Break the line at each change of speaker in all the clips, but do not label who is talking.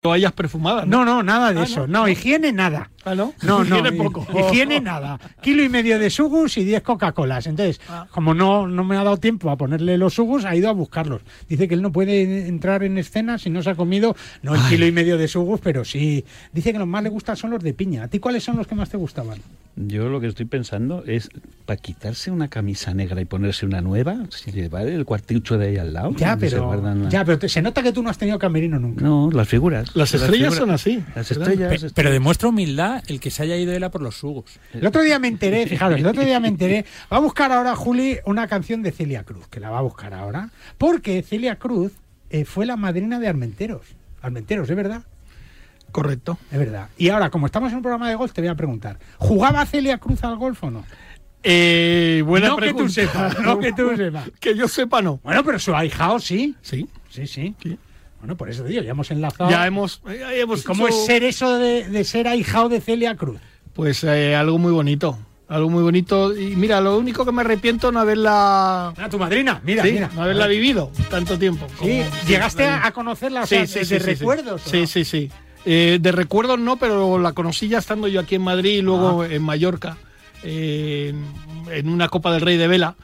Toallas perfumadas.
No, no, nada de
Ah,
eso.
no.
No, higiene nada.
Ah, ¿no?
No, no.
Higiene
hi-
poco.
Higiene nada. Kilo y medio de sugus y 10 Coca-Colas. Entonces,
Ah.
como no, no me ha dado tiempo a ponerle los sugus, ha ido a buscarlos. Dice que él no puede entrar en escena si no se ha comido, no el kilo y medio de sugus, pero sí. Dice que los más le gustan son los de piña. ¿A ti cuáles son los que más te gustaban?
Yo lo que estoy pensando es para quitarse una camisa negra y ponerse una nueva, si llevar el cuartucho de ahí al lado.
Ya,
donde se
pero,
guardan la-
ya, pero te- se nota que tú no has tenido camerino nunca.
No, las figuras.
Las estrellas
figuras-
son así.
Las
¿verdad?
estrellas.
Pe- pero demuestra humildad el que se haya ido Ela por los sugos.
El otro día me enteré, fijaros, el otro día me enteré. Va a buscar ahora Juli una canción de Celia Cruz, que la va a buscar ahora, porque Celia Cruz eh, fue la madrina de Armenteros. Armenteros, es verdad,
Correcto.
es verdad. Y ahora, como estamos en un programa de golf, te voy a preguntar: ¿jugaba Celia Cruz al golf o no?
Eh, buena
No que tú
pregunta.
sepas, no que tú sepas.
Que yo sepa, no.
Bueno, pero su ahijado sí.
Sí.
Sí, sí.
Sí.
Bueno, por eso, tío, ya hemos enlazado.
Ya hemos. eh, hemos
¿Y ¿Cómo
hecho-
es ser eso de, de ser ahijado de Celia Cruz?
Pues eh, algo muy bonito. Algo muy bonito. Y mira, lo único que me arrepiento no haberla.
Ah, tu madrina, mira,
Sí,
mira.
no haberla vivido tanto tiempo.
Sí,
como-
llegaste
Sí,
a a conocerla o
sí,
sea,
sí,
de
sí, sí, sí.
recuerdos. ¿o
Sí,
no?
sí, sí. Eh, de recuerdos no, pero la conocí ya estando yo aquí en Madrid y luego en Mallorca, eh, en- en una Copa del Rey de Vela,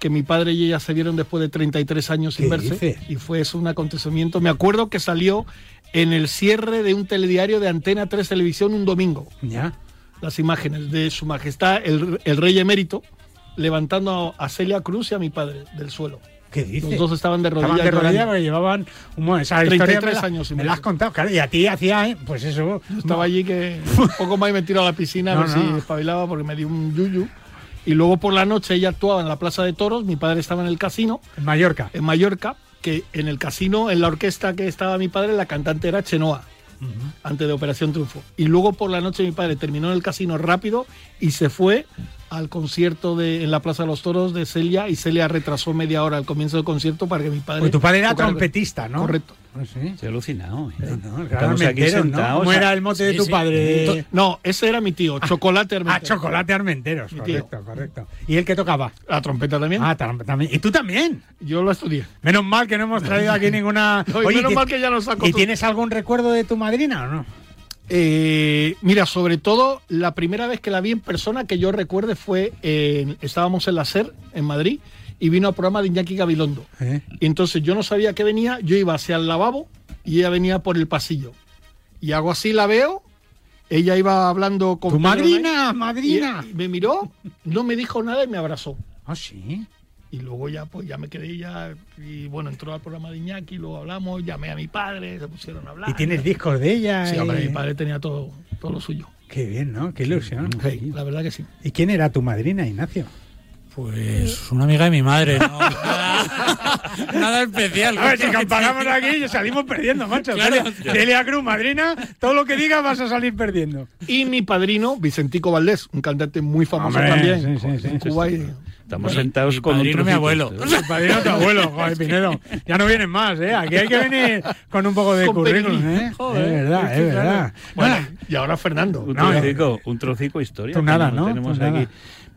que mi padre y ella se vieron después de 33 años sin
¿Qué
verse.
dices?
Y fue eso un acontecimiento. Me acuerdo que salió en el cierre de un telediario de Antena 3 Televisión un domingo
Ya.
las imágenes de su majestad, el, el rey emérito, levantando a Celia Cruz y a mi padre del suelo.
¿Qué dices?
Los dos estaban de rodillas.
Estaban de rodillas
llorando.
porque llevaban un buen- esa historia me
33
la,
años y
me
medio.
la has contado, claro, y a ti hacía, eh, pues eso,
Yo Estaba allí que un poco más y me tiró a la piscina a
No,
ver
no.
si espabilaba porque me dio un yuyu. Y luego por la noche ella actuaba en la Plaza de Toros, mi padre estaba en el casino,
en Mallorca.
en Mallorca, que en el casino, en la orquesta que estaba mi padre, la cantante era Chenoa, antes de Operación Triunfo. Y luego por la noche mi padre terminó en el casino rápido y se fue al concierto de, en la Plaza de los Toros de Celia y Celia retrasó media hora al comienzo del concierto para que mi padre...
Pues tu padre era
tocara-
trompetista, ¿no?
Correcto.
Ah, sí.
Se ha alucinado. ¿eh?
No, no, el gran
Estamos aquí
Armenteros, ¿no?
sentados.
¿Cómo
a-
era el mote de
Sí,
tu
sí.
padre?
No, ese era mi tío, Chocolate
Ah,
Hermete.
chocolate Armenteros,
Mi tío.
correcto, correcto. ¿Y el que tocaba?
La trompeta también.
Ah, tam- también. ¿Y tú también?
Yo lo estudié.
Menos mal que no hemos traído aquí ninguna...
No, y menos
¿qué-
mal que ya lo saco
¿Y
tú.
tienes algún recuerdo de tu madrina o no?
Eh, mira, sobre todo, la primera vez que la vi en persona que yo recuerde fue, en- estábamos en la SER, en Madrid, y vino a programa de Iñaki Gabilondo.
¿Eh?
Y entonces yo no sabía que venía, yo iba hacia el lavabo y ella venía por el pasillo. Y hago así, la veo, ella iba hablando con...
¡Tu
Pedro
madrina,
Nay, y-
madrina!
y me miró, no me dijo nada y me abrazó.
Ah, sí.
Y luego ya, pues ya me quedé ya, y bueno, entró al programa de Iñaki, luego hablamos, llamé a mi padre, se pusieron a hablar.
Y tienes discos de ella.
Sí,
eh.
hombre, mi padre tenía todo, todo lo suyo.
Qué bien, ¿no? Qué ilusión.
Sí, la verdad que sí.
¿Y quién era tu madrina, Ignacio?
Pues una amiga de mi madre, no. Nada, nada especial.
aquí salimos perdiendo, macho.
Claro.
Celia- Cruz, madrina, todo lo que digas vas a salir perdiendo.
Y mi padrino, Vicentico Valdés, un cantante muy famoso
Hombre,
también.
sí, sí, sí,
en Cuba y-
Estamos sentados con un
padrino, mi
trocito.
abuelo.
Tu padrino, tu abuelo, joder, Pinedo. Ya no vienen más, ¿eh? Aquí hay que venir con un poco de
Con
currículum,
pedigrí.
¿eh? es verdad, es verdad.
Bueno,
Nada,
y ahora Fernando.
Un
No,
trocico, un trocico historia.
Tú nada,
que
¿no?
Tenemos
Tú nada.
aquí.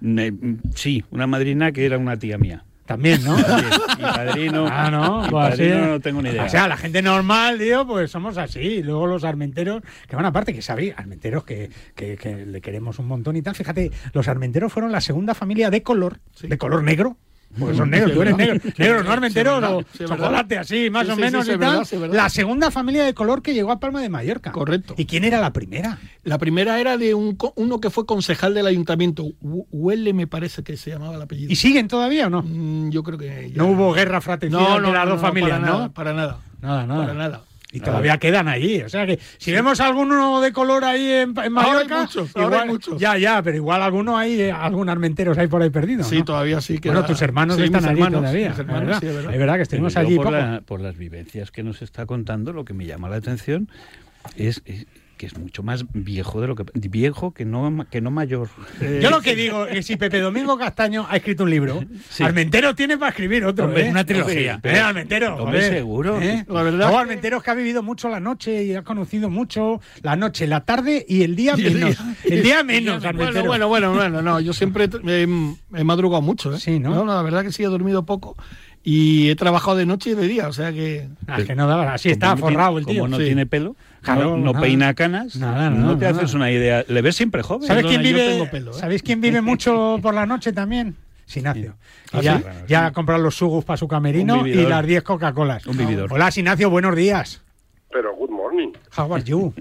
Ne- mm, Sí, una madrina que era una tía mía.
también, ¿no?
Y padrino.
Ah, no,
y
pues así-
padrino no tengo ni idea.
O sea, la gente normal, tío, pues somos así. Y Luego los armenteros, que van aparte, que sabéis, armenteros que, que- que le queremos un montón y tal. Fíjate, los armenteros fueron la segunda familia de color,
Sí. Mm.
de color negro. Porque son negros,
Sí,
tú
es
eres
verdad.
negro,
Sí,
negro,
sí,
no armentero,
sí, es
o
verdad. Sí, es verdad.
chocolate así, más
Sí,
o
sí,
menos
sí, es
y tal.
verdad, sí, es verdad.
La segunda familia de color que llegó a Palma de Mallorca.
Correcto.
¿Y quién era la primera?
La primera era de un, co- uno que fue concejal del ayuntamiento. Hu- Huele, me parece que se llamaba el apellido.
¿Y siguen todavía o no?
Mm, Yo creo que. ya-
No hubo guerra fratricida
No,
entre
no,
las
no,
dos
no,
familias,
para
¿no? Ah.
Nada, para nada.
Nada, nada.
Para nada.
Y todavía quedan allí. O sea que si vemos alguno de color ahí en, en
Ahora hay
Mallorca.
muchos, ahora
igual-
hay muchos.
Ya, ya, pero igual alguno hay, eh, algún armenteros ahí por ahí perdido.
Sí,
¿no?
todavía sí que.
Bueno,
era-
tus hermanos
Sí,
están
mis
allí
hermanos,
todavía.
mis
es
hermanos,
verdad.
sí, es verdad.
Es verdad que
Pero
estuvimos
yo
allí
por,
poco.
la- por las vivencias que nos está contando, lo que me llama la atención es, es que es mucho más viejo de lo que viejo que no que no mayor.
Yo lo que digo es que si Pepe Domingo Castaño ha escrito un libro,
Sí.
Armenteros tiene para escribir otro.
Hombre,
¿eh?
una trilogía.
Hombre, eh, Armenteros.
Hombre,
joder.
seguro.
¿Eh?
La verdad
Luego
que-
Armenteros que ha vivido mucho la noche y ha conocido mucho la noche, la tarde y el día
Y el
menos.
día-
El día menos,
Bueno,
Armenteros.
bueno, bueno, bueno, no, yo siempre eh, he madrugado mucho, ¿eh?
Sí, ¿no?
No, la verdad que sí, he dormido poco y he trabajado de noche y de día, o sea que...
Ah, que no daba, así está
Como no tiene-
forrado el tío.
Como no
sí.
tiene pelo,
Claro,
no, no
nada.
peina canas,
Nada, nada,
no te
nada.
haces una idea. Le ves siempre joven.
¿Sabes quién
Perdona, yo
vive?
tengo pelo, ¿eh?
¿Sabéis quién vive mucho por la noche también? Sinacio.
Ah,
ya,
sí.
ya ha comprado los sugus para su camerino
Un
y
vividor.
las 10 Coca-Colas.
Un vividor.
Hola, Sinacio, buenos días.
Pero good morning.
How are you?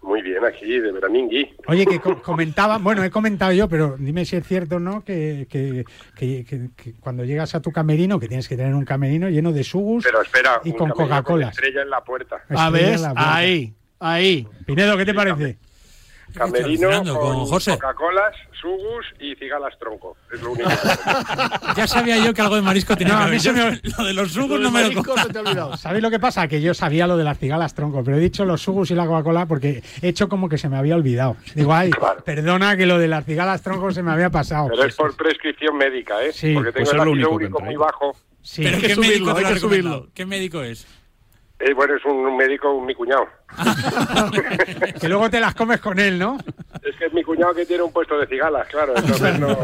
Muy bien, aquí de Veraningui.
Oye, que co- comentaban, bueno, he comentado yo, pero dime si es cierto o no, que, que- que- que- que cuando llegas a tu camerino, que tienes que tener un camerino lleno de sugus
Pero espera,
y
un
con
camerino
Coca-Colas.
Estrella en la puerta.
A
Estrella
ver,
en Pues la boca.
ahí, ahí.
Pinedo, ¿qué te parece?
Camerino
hablando con
con
José?
Coca-Colas, sugus y cigalas tronco. Es lo único. que-
Ya sabía yo que algo de marisco tenía
No,
que
a mí
haber.
se me-
Yo- Lo de los rugos no me lo
Marisco,
contaba.
se te ha olvidado.
¿Sabéis lo que pasa? Que yo sabía lo de las cigalas tronco, pero he dicho los sugus y la Coca-Cola porque he hecho como que se me había olvidado. Digo, ay,
Claro.
perdona que lo de las cigalas tronco se me había pasado.
Pero es por prescripción médica, ¿eh?
Sí,
Porque
pues
tengo
es
el
lo
ácido
único que
úrico
entra ahí.
muy bajo.
Sí.
Pero
Hay que
¿qué médico
subirlo, hay
te lo ha
que
recomendado?
subirlo.
¿Qué médico es?
Eh, bueno, es un médico, mi cuñado.
Que luego te las comes con él, ¿no?
Es que es mi cuñado que tiene un puesto de cigalas, claro. Entonces no...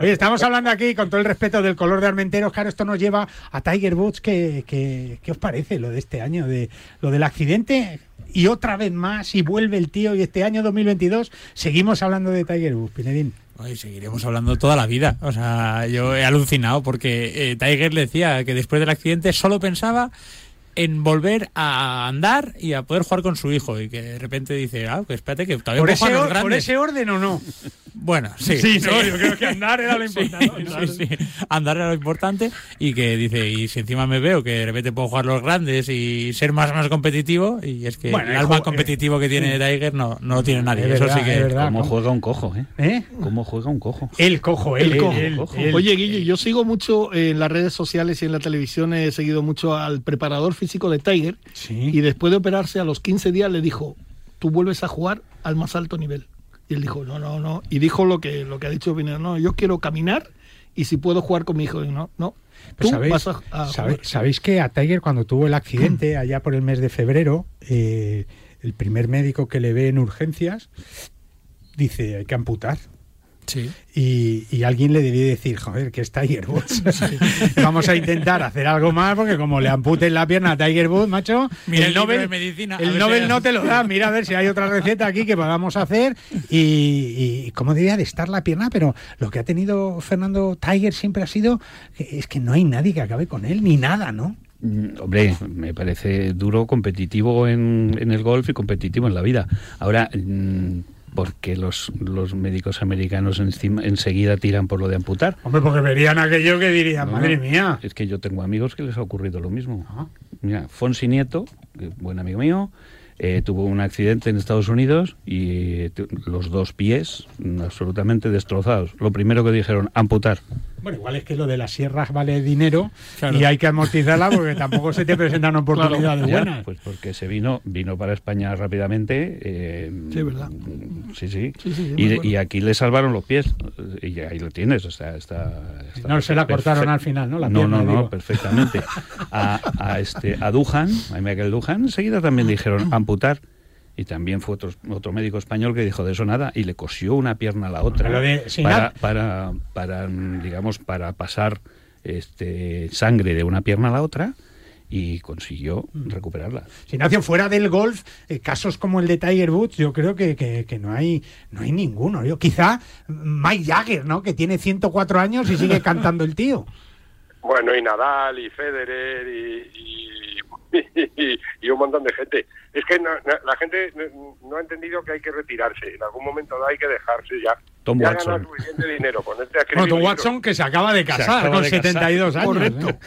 Oye, estamos hablando aquí con todo el respeto del color de Armenteros. Claro, esto nos lleva a Tiger Woods. ¿Qué, qué, qué os parece lo de este año? de Lo del accidente y otra vez más y vuelve el tío. Y este año 2022 seguimos hablando de Tiger Woods, Pinedín.
Ay, seguiremos hablando toda la vida. O sea, yo he alucinado porque eh, Tiger le decía que después del accidente solo pensaba en volver a andar y a poder jugar con su hijo. Y que de repente dice, ah, pues espérate, que todavía
¿Por
puedo
ese,
jugar con los
or- por
grandes".
ese orden o no?
Bueno, sí.
que andar era lo
Sí, sí, sí. Andar era lo importante y que dice, y si encima me veo que de repente puedo jugar los grandes y ser más más competitivo, y es que
Bueno,
el
el
alma
juego- eh,
competitivo que tiene Tiger no, no lo tiene nadie.
Es
Eso
verdad,
sí que
es verdad.
¿Cómo
¿no?
juega un cojo, eh?
¿Eh?
¿Cómo juega un cojo?
El cojo, el,
El cojo,
el-
cojo.
el-
Oye, Guillo, yo sigo mucho en las redes sociales y en la televisión, he seguido mucho al preparador físico de Tiger
Sí.
y después de operarse a los 15 días le dijo, tú vuelves a jugar al más alto nivel. Y él dijo, no, no, no. Y dijo lo que, lo que ha dicho Viner, no, yo quiero caminar y si puedo jugar con mi hijo, Y no, no.
Pues
tú
sabéis,
vas a, a
sabe-
jugar".
sabéis que a Tiger cuando tuvo el accidente allá por el mes de febrero, eh, el primer médico que le ve en urgencias dice hay que amputar.
sí.
Y, y alguien le debía decir, joder, que es Tiger Woods. Vamos a intentar hacer algo más porque como le amputen la pierna a Tiger Woods, macho,
Mira el libro
Nobel,
de medicina, a
el
ver si
Nobel
hay-
no te lo da. Mira a ver si hay otra receta aquí que podamos hacer y, y cómo diría de estar la pierna, pero lo que ha tenido Fernando Tiger siempre ha sido que es que no hay nadie que acabe con él ni nada, ¿no?
Mm, Hombre, me parece duro, competitivo en, en el golf y competitivo en la vida. Ahora, mm, porque los, los médicos americanos encima- enseguida tiran por lo de amputar.
Hombre, porque verían aquello que dirían,
No,
madre
no.
mía.
Es que yo tengo amigos que les ha ocurrido lo mismo.
Ah.
Mira, Fonsi Nieto, que es buen amigo mío, eh, tuvo un accidente en Estados Unidos y eh, tu- los dos pies mm, absolutamente destrozados. Lo primero que dijeron, amputar.
Bueno, igual es que lo de las sierras vale dinero
Claro.
y hay que amortizarla porque tampoco se te presentan oportunidades
Ya,
buenas.
pues porque se vino, vino para España rápidamente. eh,
Sí, ¿verdad?
Sí, sí.
Sí, sí, sí, me
y,
acuerdo.
y aquí le salvaron los pies. Y ahí lo tienes. O sea, está, está
No se la
perfe-
cortaron al final, ¿no? La
no,
pierna,
no, no,
digo.
perfectamente. A, a este, a Duhan, a Michael Duhan, enseguida también dijeron amputar. Y también fue otro, otro médico español que dijo de eso nada y le cosió una pierna a la otra
Pero de- sin
para,
nada.
para, para, mm, digamos, para pasar este, sangre de una pierna a la otra y consiguió
Mm.
recuperarla.
Sinacio, fuera del golf, eh, casos como el de Tiger Woods, yo creo que, que- que no hay no hay ninguno. Yo, quizá Mike Jagger, ¿no? Que tiene 104 años y sigue cantando el tío.
Bueno, y Nadal, y Federer, y, y- y- y un montón de gente. Es que no- no- la gente no, no ha entendido que hay que retirarse. En algún momento dado hay que dejarse ya.
Tom
ya
Watson.
ganas suficiente dinero. Ponerte a escribir
Bueno, Tom
libros.
Watson que se acaba de casar
acaba
con
de casar.
72 años.
Correcto.
¿eh?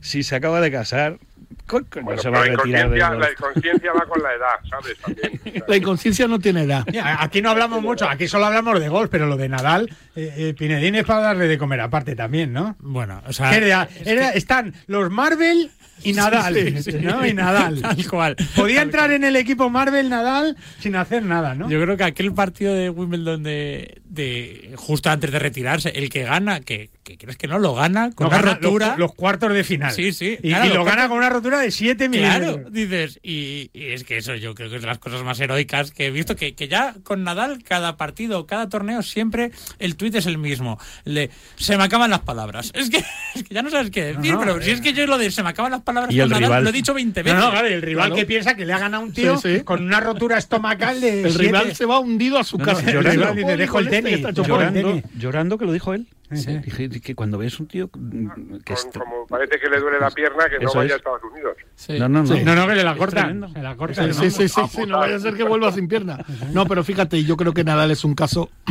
Si se acaba de casar, co- co- no
Bueno,
se va a
pero la
retirar del
inconsciencia-
golf.
La inconsciencia va con la edad, ¿sabes? También. O sea,
La inconsciencia no tiene edad.
Mira, aquí no hablamos mucho, aquí solo hablamos de golf, pero lo de Nadal, eh, eh, Pinedín es para darle de comer aparte también, ¿no?
Bueno, o sea.
Era- era- están los Marvel y Nadal, ¿no? Y Nadal.
Tal cual.
Podía
Tal
entrar en el equipo Marvel Nadal sin hacer nada, ¿no?
Yo creo que aquel partido de Wimbledon de, de justo antes de retirarse, el que gana, que, que crees que no, lo gana con
No
una
gana los-
rotura.
Los, cuartos de final.
Sí, sí,
Y,
claro,
y
los
lo gana
cuartos-
con una rotura de 7 millones.
Claro, dices, y, y es que eso yo creo que es de las cosas más heroicas que he visto, que, que ya con Nadal cada partido, cada torneo, siempre el tuit es el mismo. el de, se me acaban las palabras. Es que, es que ya no sabes qué decir,
No, no,
pero si es que yo lo de se me acaban las palabras
Y
con
el
Nadal
rival.
lo he dicho 20
No,
veces.
no, claro, y el rival
Claro.
que piensa que le ha ganado un tío
Sí, sí.
con una rotura estomacal de
El
siete-
rival se va hundido a su
No, no,
casa.
llorando.
Dice,
Y le dejo el
"Joder, este,
tenis".
está chupado".
Llorando,
tenis.
llorando que lo dijo él.
Sí, sí.
Dije que cuando ves un tío mm, que
Con-
está-
como parece que le duele la pierna, que no
Eso
vaya a
es.
Estados Unidos.
Sí.
No, no, no.
Sí.
No, no, que le la
Es
cortan.
tremendo.
Se la cortan.
Sí, sí, sí, sí, sí, no vaya a ser que vuelva sin pierna. No, pero fíjate, yo creo que Nadal es un caso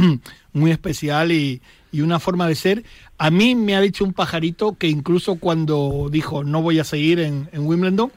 muy especial y, y una forma de ser. A mí me ha dicho un pajarito que incluso cuando dijo no voy a seguir en, en Wimbledon,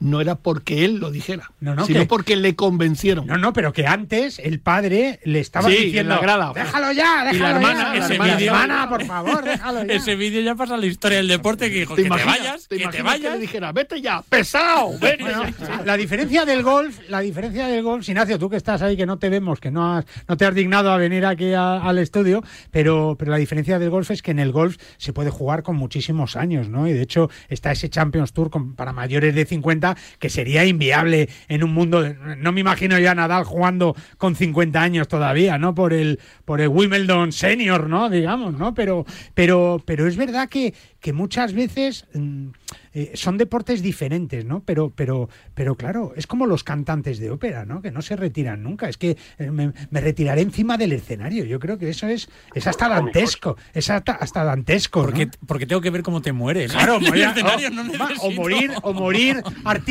no era porque él lo dijera,
No, no,
sino
que-
porque le convencieron.
No, no, pero que antes el padre le estaba
Sí,
diciendo,
en la grada.
déjalo ya, déjalo
Y la hermana,
ya,
la
la
hermana.
hermana, por favor, déjalo ya.
Ese vídeo ya pasa a la historia del deporte que dijo que te vayas, que te
imaginas
vayas.
le dijera, vete ya, pesado, vete
Bueno,
ya"?
la diferencia del golf, la diferencia del golf, Ignacio, tú que estás ahí, que no te vemos, que no has, no te has dignado a venir aquí a- al estudio, pero, pero la diferencia del golf es que en el golf se puede jugar con muchísimos años, ¿no? Y de hecho está ese Champions Tour con- para mayores de 50 que sería inviable en un mundo, de- no me imagino ya a Nadal jugando con 50 años todavía, ¿no? Por el, por el Wimbledon Senior, ¿no? Digamos, ¿no? Pero, pero, pero es verdad que, que muchas veces mm, eh, son deportes diferentes, ¿no? Pero, pero, pero claro, es como los cantantes de ópera, ¿no? Que no se retiran nunca. Es que eh, me, me retiraré encima del escenario. Yo creo que eso es, es hasta dantesco. Es hasta, hasta dantesco. ¿no?
Porque, porque tengo que ver cómo te mueres.
Claro,
En el
voy a-
escenario
o-
no
va,
necesito.
o morir, o morir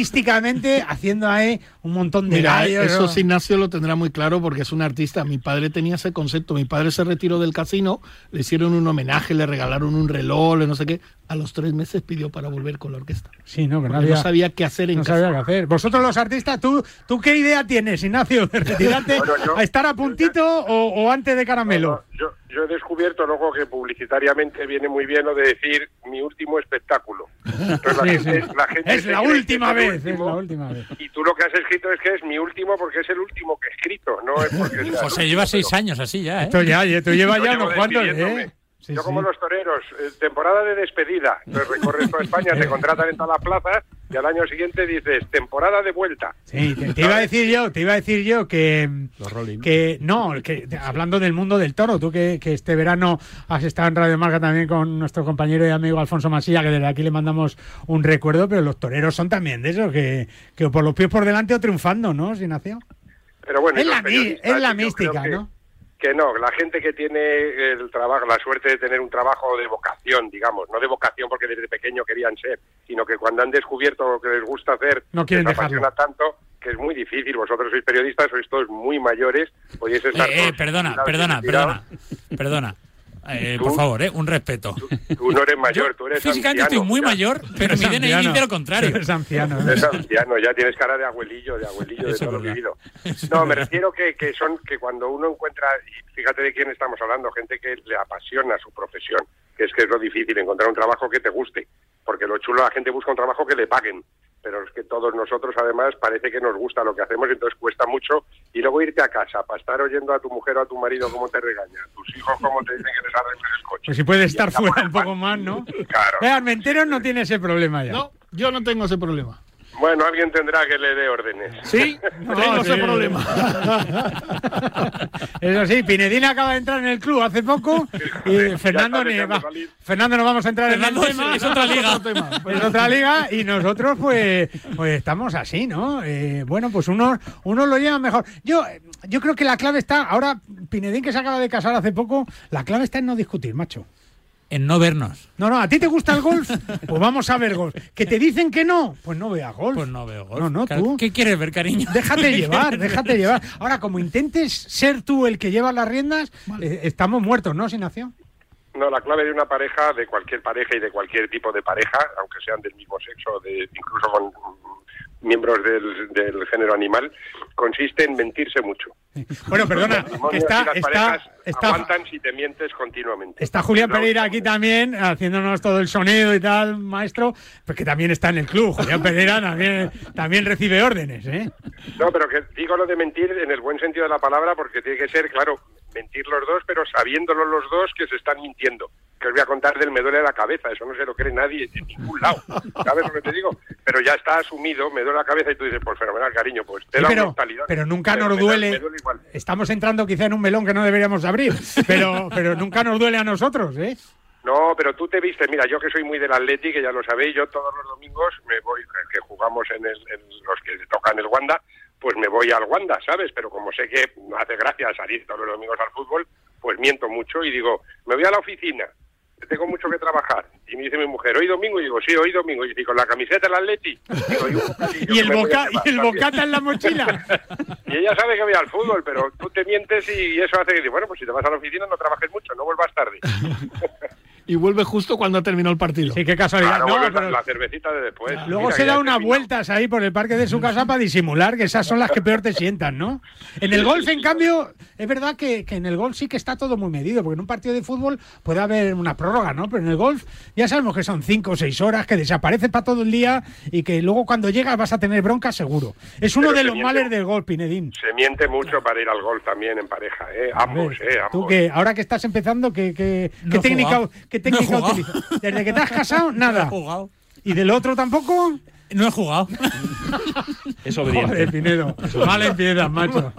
artísticamente haciendo ahí un montón de
Mira,
gallos,
eso
¿no?
sí, Ignacio lo tendrá muy claro porque es un artista. Mi padre tenía ese concepto. Mi padre se retiró del casino, le hicieron un homenaje, le regalaron un reloj, le no sé qué. A los tres meses pidió para volver con la orquesta.
Sí, no, que no
Porque
había-
no sabía qué hacer en
No
casa.
sabía qué hacer. Vosotros los artistas, ¿tú, ¿tú qué idea tienes, Ignacio? ¿De retirarte
Bueno, yo-
a estar a puntito o, o antes de caramelo?
No, no, yo, yo he descubierto luego que publicitariamente viene muy bien lo de decir mi último espectáculo. Entonces, la
Sí,
gente-
sí.
la gente
Este Es
se
la
cree que
última
es el
vez, es
último,
la última vez.
Y tú lo que has escrito es que es mi último porque es el último que he escrito, no es porque sea el
José Pues lleva
último,
seis
pero-
años así ya, ¿eh?
Esto ya, ya- tú llevas
Yo
ya
llevo
unos cuantos,
despidiéndome.
¿eh? Sí,
yo
sí.
como los toreros, eh, temporada de despedida. Entonces recorres toda España, te contratan en todas las plazas y al año siguiente dices, temporada de vuelta.
Sí, te, te iba a decir yo, te iba a decir yo que,
Los Rolling.
que no, que te- hablando del mundo del toro, tú que, que este verano has estado en Radio Marca también con nuestro compañero y amigo Alfonso Masilla, que desde aquí le mandamos un recuerdo, pero los toreros son también de esos que, que por los pies por delante o triunfando, ¿no, Sinacio?
Pero bueno,
Es
y los
la mi-
periodistas,
es la
yo creo
mística,
que-
¿no?
Que no, la gente que tiene el trabajo, la suerte de tener un trabajo de vocación, digamos, no de vocación porque desde pequeño querían ser, sino que cuando han descubierto lo que les gusta hacer,
No quieren
les apasiona
dejarlo.
tanto que es muy difícil. Vosotros sois periodistas, sois todos muy mayores, podéis estar.
Eh, eh,
todos
perdona,
jubilados y
perdona,
retirados.
perdona, perdona. Eh,
¿Tú?
por favor, eh, un respeto.
Tú no eres mayor,
Yo
tú eres
físicamente
anciano,
estoy muy
ya.
mayor, pero mi
Eres
DNI
anciano.
dice lo contrario.
Eres anciano. ¿no?
Eres anciano, ya tienes cara de abuelillo, de abuelillo de
Eso es
todo lo
verdad.
vivido.
Eso es
No, me
verdad.
refiero que, que son que cuando uno encuentra, y fíjate de quién estamos hablando, gente que le apasiona su profesión, que es que es lo difícil, encontrar un trabajo que te guste, porque lo chulo la gente busca un trabajo que le paguen, pero es que todos nosotros además parece que nos gusta lo que hacemos, entonces cuesta mucho, y luego irte a casa para estar oyendo a tu mujer o a tu marido cómo te regaña, a tus hijos cómo te dicen que les arregles el coche.
Pues si puede
Y
estar
acabas
fuera un
mal.
poco más, ¿no?
Claro.
Ve, Armenteros no tiene ese problema ya.
No, yo no tengo ese problema.
Bueno, alguien tendrá que le dé órdenes.
Sí,
No,
tengo ese
sí.
problema.
Eso sí, Pinedina acaba de entrar en el club hace poco y Fernando,
está
ni
deseando
va-
salir.
Fernando no vamos a entrar
Fernando
en el
es,
tema.
es otra liga.
Es otra liga y nosotros pues, pues estamos así, ¿no? Eh, bueno, pues unos, unos lo llevan mejor. Yo, yo creo que la clave está, ahora Pinedín que se acaba de casar hace poco, la clave está en no discutir, macho.
En no vernos.
No, no, ¿a ti te gusta el golf? Pues vamos a ver golf. ¿Que te dicen que no? Pues no veas golf.
Pues no veo golf.
No, no,
Car-
tú.
¿Qué quieres ver, cariño?
Déjate llevar, déjate llevar. Ahora, como intentes ser tú el que lleva las riendas, eh, estamos muertos, ¿no, Sinación?
No, la clave de una pareja, de cualquier pareja y de cualquier tipo de pareja, aunque sean del mismo sexo, de, incluso con mm, miembros del, del género animal, consiste en mentirse mucho.
Bueno, perdona,
Los matrimonios
que
y
está,
las
está,
parejas
está,
aguantan si te mientes continuamente.
está Julián
Es la
Pereira
única
aquí también, haciéndonos todo el sonido y tal, maestro, porque también está en el club. Julián Pereira también, también recibe órdenes, ¿eh?
No, pero que digo lo de mentir en el buen sentido de la palabra porque tiene que ser, claro, mentir los dos, pero sabiéndolo los dos que se están mintiendo. Que os voy a contar del me duele la cabeza, eso no se lo cree nadie en ningún lado. ¿Sabes lo que te digo? Pero ya está asumido, me duele la cabeza y tú dices, pues fenomenal, cariño, pues te
Sí,
da
pero,
mortalidad.
pero nunca
Pero
nos
me da-
duele.
me duele igual.
Estamos entrando quizá en un melón que no deberíamos de abrir, pero, pero nunca nos duele a nosotros, ¿eh?
No, pero tú te viste, mira, yo que soy muy del Atleti, que ya lo sabéis, yo todos los domingos me voy, que jugamos en, el- en los que tocan el Wanda, pues me voy al Wanda, ¿sabes? Pero como sé que no hace gracia salir todos los domingos al fútbol, pues miento mucho y digo, me voy a la oficina, que tengo mucho que trabajar. Y me dice mi mujer, hoy domingo, y digo, sí, hoy domingo, y digo, con la camiseta del Atleti. Digo, y, un bocadillo
Y
que
el,
me voy a
boca,
llevar
y el
también".
bocata en la mochila.
Y ella sabe que voy al fútbol, pero tú te mientes y eso hace que, diga, bueno, pues si te vas a la oficina no trabajes mucho, no vuelvas tarde.
Y vuelve justo cuando ha terminado el partido.
Sí, qué casualidad.
Claro,
No,
vuelves a
pero-
Ah, la cervecita de después.
Luego
Ah, Mira,
se
que ya
da
he
unas
terminado.
vueltas ahí por el parque de su casa para disimular, que esas son las que peor te sientan, ¿no? En el golf, en cambio, es verdad que, que en el golf sí que está todo muy medido, porque en un partido de fútbol puede haber una prórroga, ¿no? Pero en el golf ya sabemos que son cinco o seis horas, que desapareces para todo el día y que luego cuando llegas vas a tener bronca seguro. Es uno
Pero
de
te
los
miento.
males del golf, Pinedín.
Se miente mucho para ir al golf también en pareja, ¿eh? Ambos, ¿eh? Ambos.
Tú que ahora que estás empezando, ¿qué, qué,
No
qué
he
técnica,
jugado.
qué técnica
No he jugado.
utilizas? Desde que te has casado,
No he
nada.
jugado.
¿Y del otro tampoco?
No he jugado.
Es
Joder,
obediente.
Pinedo. Mal empiezas, macho.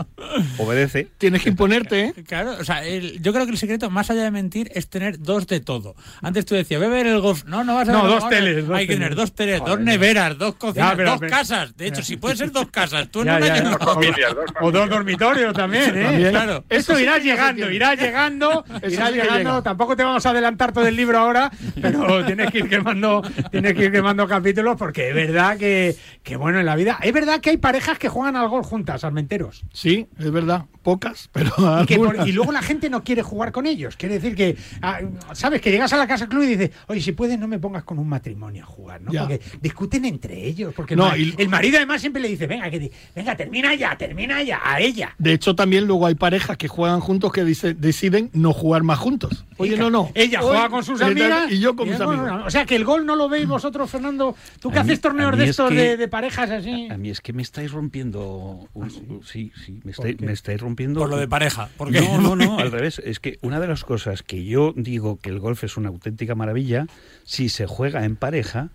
Obedece.
Tienes que imponerte, ¿eh?
Claro, o sea, el- yo creo que el secreto, más allá de mentir, es tener dos de todo. Antes tú decías, voy a ver el golf. No, no vas a
No,
ver el
dos
golf.
teles, dos
Hay que tener
teles.
dos teles, dos neveras, dos cocinas,
Ya, pero-
dos
pero-
casas. De hecho, si puede ser dos casas, tú en
Ya,
un
ya,
año
ya.
no-
Dos familias, dos
O dos
familias.
dormitorios también, ¿eh?
También.
Claro.
Esto
Eso sí
irá
que se
llegando,
tiene.
irá llegando,
Eso
irá
sí que
llegando.
llega.
Tampoco te vamos a adelantar todo el libro ahora, pero tienes que ir quemando, tienes que ir quemando capítulos porque es verdad que, que bueno en la vida. Es verdad que hay parejas que juegan al gol juntas, armenteros.
Sí, es verdad. Pocas, pero
Y, que por-
algunas.
y luego la gente no quiere jugar con ellos. Quiere decir que, ah, ¿sabes? Que llegas a la casa club y dices, oye, si puedes, no me pongas con un matrimonio a jugar, ¿no?
Ya.
Porque discuten entre ellos. Porque
No,
el, ma-
y-
el marido además siempre le dice, venga, que di- venga, termina ya, termina ya, a ella.
De hecho, también luego hay parejas que juegan juntos que dice- deciden no jugar más juntos. Oye, no, no.
Ella
Hoy-
juega con sus amigas.
Y yo con
y
mis
él
amigos.
O sea, que el gol no lo veis vosotros, Fernando. Tú que
A mí-
haces
a
torneos
mí
de
es
estos
que-
de, de parejas así.
A mí es que me estáis rompiendo. un- sí? sí, me estáis,
Ah, qué?
me estáis rompiendo.
Por lo de pareja. Porque
No, no, no, al revés. Es que una de las cosas que yo digo que el golf es una auténtica maravilla, si se juega en pareja,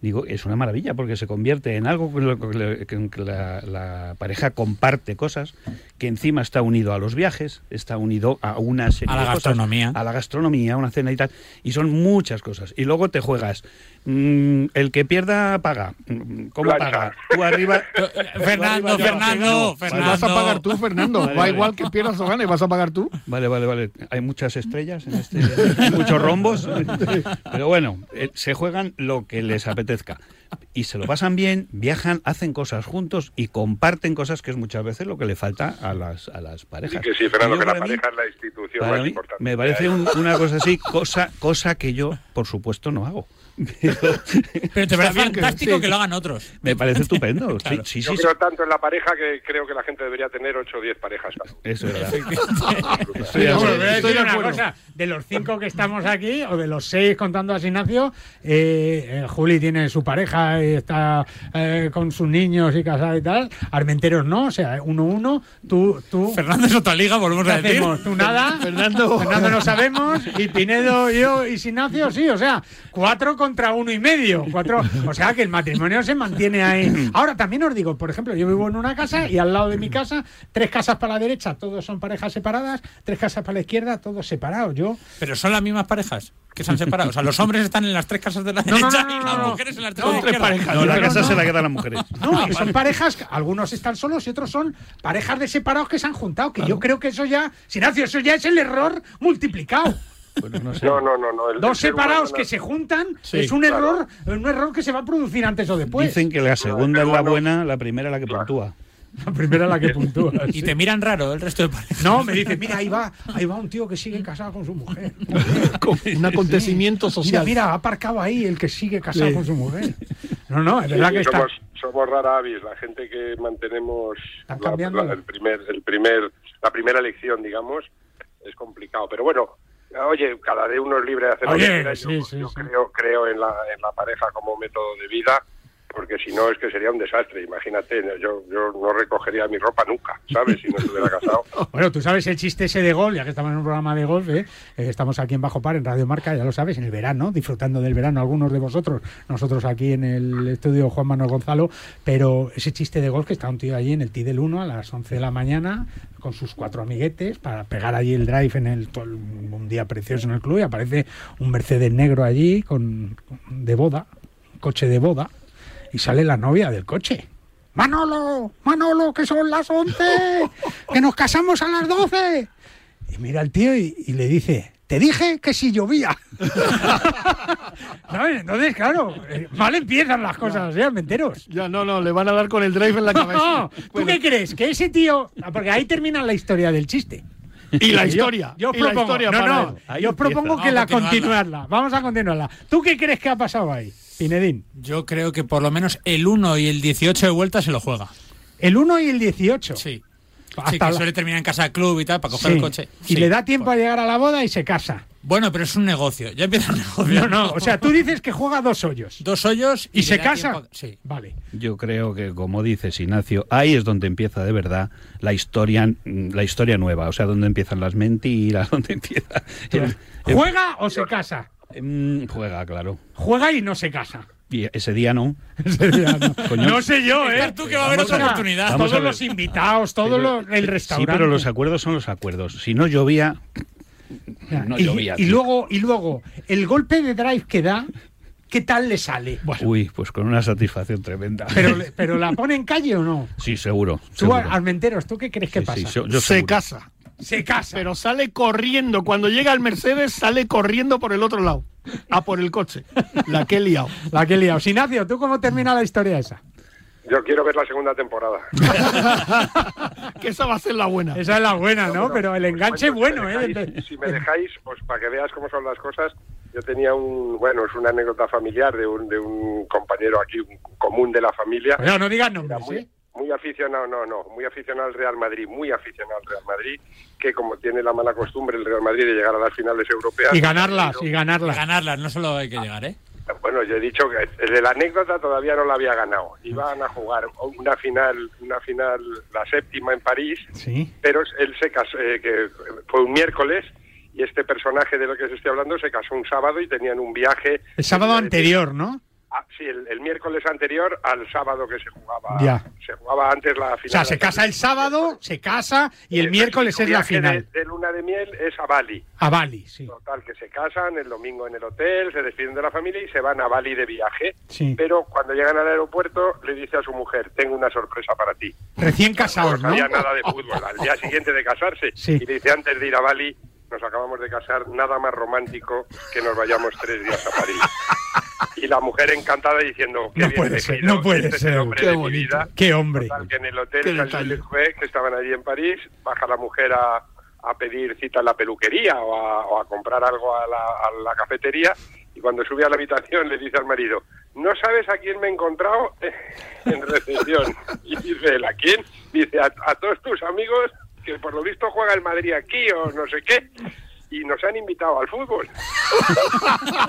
digo, es una maravilla porque se convierte en algo con lo que le- con que la, la pareja comparte cosas, que encima está unido a los viajes, está unido a una serie
A la
de cosas,
gastronomía.
a la gastronomía, una cena y tal, y son muchas cosas. Y luego te juegas, mm, el que pierda paga, Mm, ¿cómo
Plancha.
paga? Tú arriba...
eh, Fernando,
Arriba,
Fernando, Fernando.
Vas a pagar tú, Fernando.
Vale,
Va
vale.
igual que pierdas o ganes, vas a pagar tú.
Vale, vale, vale. Hay muchas estrellas en este, hay muchos rombos. Pero bueno, eh, se juegan lo que les apetezca. Y se lo pasan bien, viajan, hacen cosas juntos y comparten cosas que es muchas veces lo que le falta a las, a las
Sí,
parejas.
que sí,
Y
Fernando,
yo
que la
para mí-
pareja es la institución
para
más
mí
importante.
me parece un- una cosa así, cosa, cosa que yo, por supuesto, no hago. Pero
Pero te parece
Está bien que-
fantástico
sí.
que lo hagan otros.
me parece estupendo. Sí,
Claro.
Sí,
Yo
sí, sí.
creo tanto en la pareja que creo que la gente debería tener 8 o 10 parejas. cada uno.
Eso es verdad. Estoy de
Pero
acuerdo.
bueno, voy
Estoy
a decir
de
una
acuerdo.
cosa. De los cinco que estamos aquí, o de los seis contando a Sinacio, eh, eh, Juli tiene su pareja, eh, está eh, con sus niños y casada y tal. Armenteros no, o sea, uno uno. Tú, tú.
Fernando es otra liga, volvemos
¿Qué
a decir.
hacemos? ¿Tú nada?
Fernando.
Fernando no sabemos. Y Pinedo, yo y Sinacio, sí. O sea, cuatro contra uno y medio. Cuatro, o sea, que el matrimonio se mantiene ahí. Ahora, también os digo, por ejemplo, yo vivo en una casa y al lado de mi casa, tres casas para la derecha, todos son parejas separadas. Tres casas para la izquierda, todos separados. Yo.
Pero son las mismas parejas que se han separado. O sea, los hombres están en las tres casas de la
no,
derecha
no,
y
no,
las
no.
mujeres en las tres
Son
de la
tres
izquierda.
parejas.
No, la
Pero
casa
no.
se la quedan las mujeres.
No, y son parejas, que algunos están solos y otros son parejas de separados que se han juntado. Que yo creo que eso ya, Sinacio, eso ya es el error multiplicado.
Bueno, no sé.
No, no, no. no el- el
Dos
ser
separados
humano-
que se juntan
Sí,
es un
claro.
error, un error que se va a producir antes o después.
Dicen que la segunda es la
bueno.
buena, la primera es la que
Claro.
puntúa.
La primera la que puntúa.
Y te miran raro el resto de parejas.
No, me dicen, mira, ahí va, ahí va un tío que sigue casado con su mujer.
Un acontecimiento
Mira,
social.
mira, ha aparcado ahí el que sigue casado
Sí.
con su mujer. No, no, es
Sí,
verdad
sí,
que está.
somos, somos rara avis, la gente que mantenemos
Están cambiando.
el primer, el primer, la primera elección, digamos, es complicado. Pero bueno, oye, cada uno es libre de hacer lo
Oye,
que quiera.
sí,
yo
sí,
yo
sí.
creo, creo en, la, en la pareja como método de vida porque si no es que sería un desastre, imagínate, no- yo, yo no recogería mi ropa nunca, ¿sabes? Si no estuviera casado.
Bueno, tú sabes el chiste ese de golf, ya que estamos en un programa de golf, ¿eh? Eh, estamos aquí en Bajo Par, en Radio Marca, ya lo sabes, en el verano, disfrutando del verano, algunos de vosotros, nosotros aquí en el estudio Juan Manuel Gonzalo, pero ese chiste de golf que está un tío allí en el T del 1 a las 11 de la mañana con sus cuatro amiguetes para pegar allí el drive en el todo el- un día precioso en el club y aparece un Mercedes negro allí con, con- de boda, coche de boda, y sale la novia del coche. Manolo, Manolo, que son las 11, que nos casamos a las 12. Y mira al tío y, y le dice, te dije que si llovía. ¿Sabes? Entonces, claro, eh, mal empiezan las cosas, sean menteros.
Ya, no, no, le van a dar con el drive en la cabeza.
No, ¿tú qué crees? Que ese tío... ah, Porque ahí termina la historia del chiste.
Y la
Yo-
historia.
Yo,
y la
propongo,
historia
no,
para
no,
él.
Ahí
yo
empieza.
propongo que
Vamos a
la
continuarla.
continuarla. Vamos a continuarla. ¿Tú qué crees que ha pasado ahí, Pinedín?
Yo creo que por lo menos el 1 y el 18 de vuelta se lo juega.
El 1 y el 18.
Sí.
Hasta
sí, que
la-
suele terminar en casa club y tal para coger
Sí.
el coche.
Y
Sí.
le da tiempo a llegar a la boda y se casa.
Bueno, pero es un negocio. Ya empieza un negocio.
No, no, o sea, tú dices que juega dos hoyos.
dos hoyos
¿Y
y, le
se
da
casa?
tiempo a- Sí.
Vale.
Yo creo que, como dices, Ignacio, ahí es donde empieza de verdad la historia, mm, la historia nueva, o sea, donde empiezan las mentiras, donde empieza... el- el-
¿Juega o se casa?
Mm, juega, claro.
Juega y no se casa.
Y ese día no. Coño.
no sé yo, ¿eh?
Espera tú que va a haber
Vamos
otra
ver.
oportunidad.
Vamos a
Todos
ver.
los invitados, todo
Pero-
lo- el restaurante.
Sí, pero los acuerdos son los acuerdos. Si no llovía, no
y,
llovía.
y
tío.
luego, y luego, el golpe de drive que da, ¿qué tal le sale?
Uy, pues con una satisfacción tremenda.
Pero, le- pero la pone en calle o no?
Sí, seguro.
Tú,
seguro.
Armenteros, ¿tú qué crees que
Sí,
pasa?
sí, se- yo
se
seguro.
casa.
Se casa.
Pero sale corriendo. Cuando llega el Mercedes, sale corriendo por el otro lado. A por el coche. La que he liado.
La que he liado. Sinacio, ¿tú cómo termina la historia esa?
Yo quiero ver la segunda temporada.
Que esa va a ser la buena.
Esa es la buena, ¿no? Pero el
Os
enganche es
cuento, pues si
bueno,
me
¿eh?
dejáis- Si me dejáis, pues para que veas cómo son las cosas, yo tenía un, bueno, es una anécdota familiar de un, de un compañero aquí un común de la familia.
Oiga, no digas
Era
nombres,
muy,
¿eh?
muy aficionado, no, no, muy aficionado al Real Madrid, muy aficionado al Real Madrid, que como tiene la mala costumbre el Real Madrid de llegar a las finales europeas.
Y ganarlas, y
Para
ganarlas.
ganarlas, no solo hay que llegar, ¿eh?
Bueno, yo he dicho que desde la anécdota todavía no la había ganado. Iban a jugar una final, una final, la séptima en París,
Sí.
pero él se casó, eh, que fue un miércoles y este personaje de lo que os estoy hablando se casó un sábado y tenían un viaje. Eh,
El sábado anterior, ¿no?
Ah, sí, el, el miércoles anterior al sábado que se jugaba.
Ya.
Se jugaba antes la final.
O sea, se casa el sábado, se casa y el
Entonces,
miércoles
su
es la
viaje de-
final.
De, luna de miel es a Bali.
A Bali, sí.
Total, que se casan el domingo en el hotel, se despiden de la familia y se van a Bali de viaje.
Sí.
Pero cuando llegan al aeropuerto le dice a su mujer, tengo una sorpresa para ti.
Recién
No
casados, ¿no? Oh,
sabía nada de fútbol, al día siguiente de casarse.
Sí.
Y le dice, antes de ir a Bali, nos acabamos de casar, nada más romántico que nos vayamos tres días a París. Y la mujer encantada diciendo, "Qué
No
bien
puede
elegido,
ser, no puede
este es el
ser,
hombre
qué
de mi
bonito.
vida".
Qué hombre.
Total, que en el
Qué
hotel
detalle.
Charles Fue, que estaban allí en París, baja la mujer a, a pedir cita en la peluquería o a, o a comprar algo a la, a la cafetería y cuando sube a la habitación le dice al marido, no sabes a quién me he encontrado en recepción. Y dice él, ¿a quién? Dice, a, a todos tus amigos que por lo visto juega el Madrid aquí o no sé qué. Y nos han invitado al fútbol.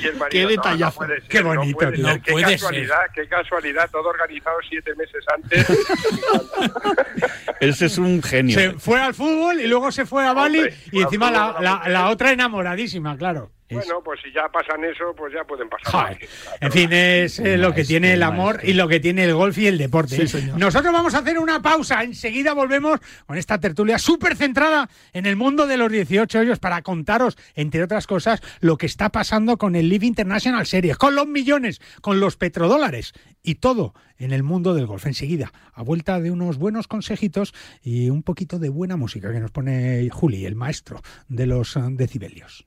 Y el marido,
Qué
"No, no
detallazo.
puede ser,
Qué
no
bonito,
puede
tío.
ser,
No
qué
puede ser.
casualidad, qué casualidad, todo organizado siete meses antes.
Ese es un genio.
Se fue al fútbol y luego se fue a Bali
Hombre,
y encima
fue al
la,
fútbol,
la-
hombre.
la otra enamoradísima, claro.
bueno, pues si ya pasan eso, pues ya pueden pasar.
Joder.
Claro.
En fin, es eh, lo que
Maestro,
tiene el amor
maestro.
y lo que tiene el golf y el deporte.
Sí,
¿eh?
señor.
Nosotros vamos a hacer una pausa. Enseguida volvemos con esta tertulia súper centrada en el mundo de los 18 hoyos para contaros, entre otras cosas, lo que está pasando con el Live International Series, con los millones, con los petrodólares y todo en el mundo del golf. Enseguida, a vuelta de unos buenos consejitos y un poquito de buena música que nos pone Juli, el maestro de los eh, decibelios.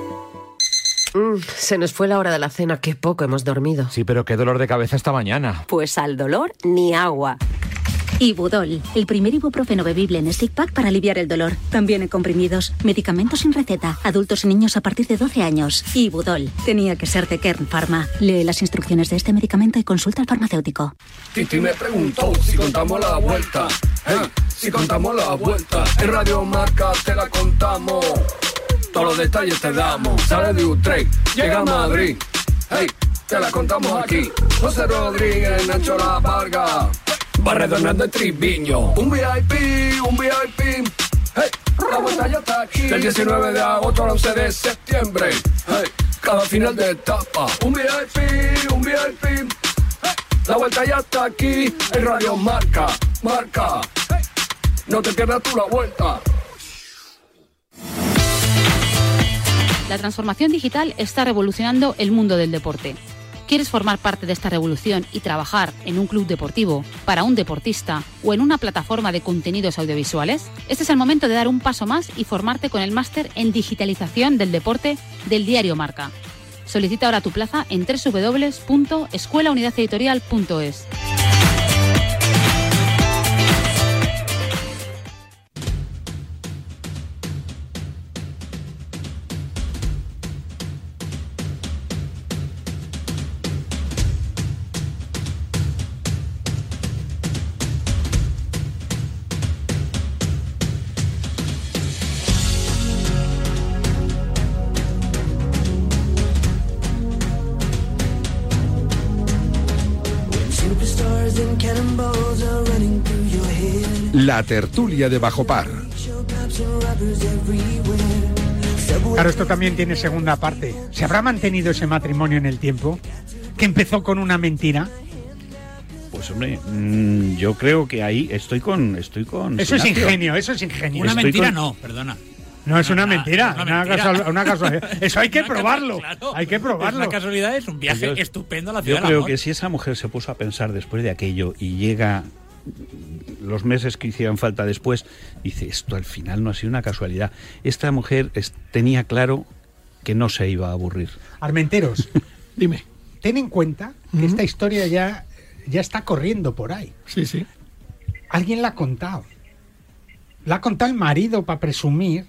se nos fue la hora de la cena, qué poco hemos dormido.
Sí, pero qué dolor de cabeza esta mañana.
Pues al dolor ni agua.
Ibudol, el primer ibuprofeno bebible en stick pack para aliviar el dolor. También en comprimidos, medicamentos sin receta, adultos y niños a partir de 12 años. Ibudol, tenía que ser de Kern Pharma. Lee las instrucciones de este medicamento y consulta al farmacéutico.
Titi me preguntó si contamos la vuelta. eh, Si contamos la vuelta. En Radio Marca te la contamos. Todos los detalles te damos. Sale de Utrecht, llega a Madrid. Hey, te la contamos aquí. José Rodríguez, Nacho La Varga. Barredo Hernández Triviño. Un VIP, un VIP. Hey, la vuelta ya está aquí. Del 19 de agosto al 11 de septiembre. Hey, cada final de etapa. Un VIP, un VIP. Hey, la vuelta ya está aquí. El radio marca, marca. Hey, no te pierdas tú la vuelta.
La transformación digital está revolucionando el mundo del deporte. ¿Quieres formar parte de esta revolución y trabajar en un club deportivo, para un deportista o en una plataforma de contenidos audiovisuales? Este es el momento de dar un paso más y formarte con el máster en digitalización del deporte del diario Marca. Solicita ahora tu plaza en www.escuelaunidadeditorial.es.
Superstars and cannonballs are running through your head.
La tertulia de Bajo Par.
Show cops and robbers everywhere.
Claro, esto también tiene segunda parte. ¿Se habrá mantenido ese matrimonio en el tiempo? Que empezó con una mentira.
Pues hombre, mm, yo creo que ahí estoy con... Estoy con
Eso es
Ignacio.
ingenio, eso es ingenio.
Una Estoy mentira con-
no, perdona.
No, es una
Una-
mentira.
Ah, una
Una,
mentira.
casual- una casualidad. Eso hay que
Una casual-
probarlo.
claro.
Hay que probarlo.
Es una casualidad, es un viaje
Yo-
estupendo a la ciudad.
Yo
del
creo
amor.
que si esa mujer se puso a pensar después de aquello y llega los meses que hicieron falta después, dice, esto al final no ha sido una casualidad. Esta mujer es- tenía claro que no se iba a aburrir.
Armenteros,
Dime.
ten en cuenta que esta historia ya, ya está corriendo por ahí.
Sí, sí.
Alguien la ha contado. La ha contado el marido para presumir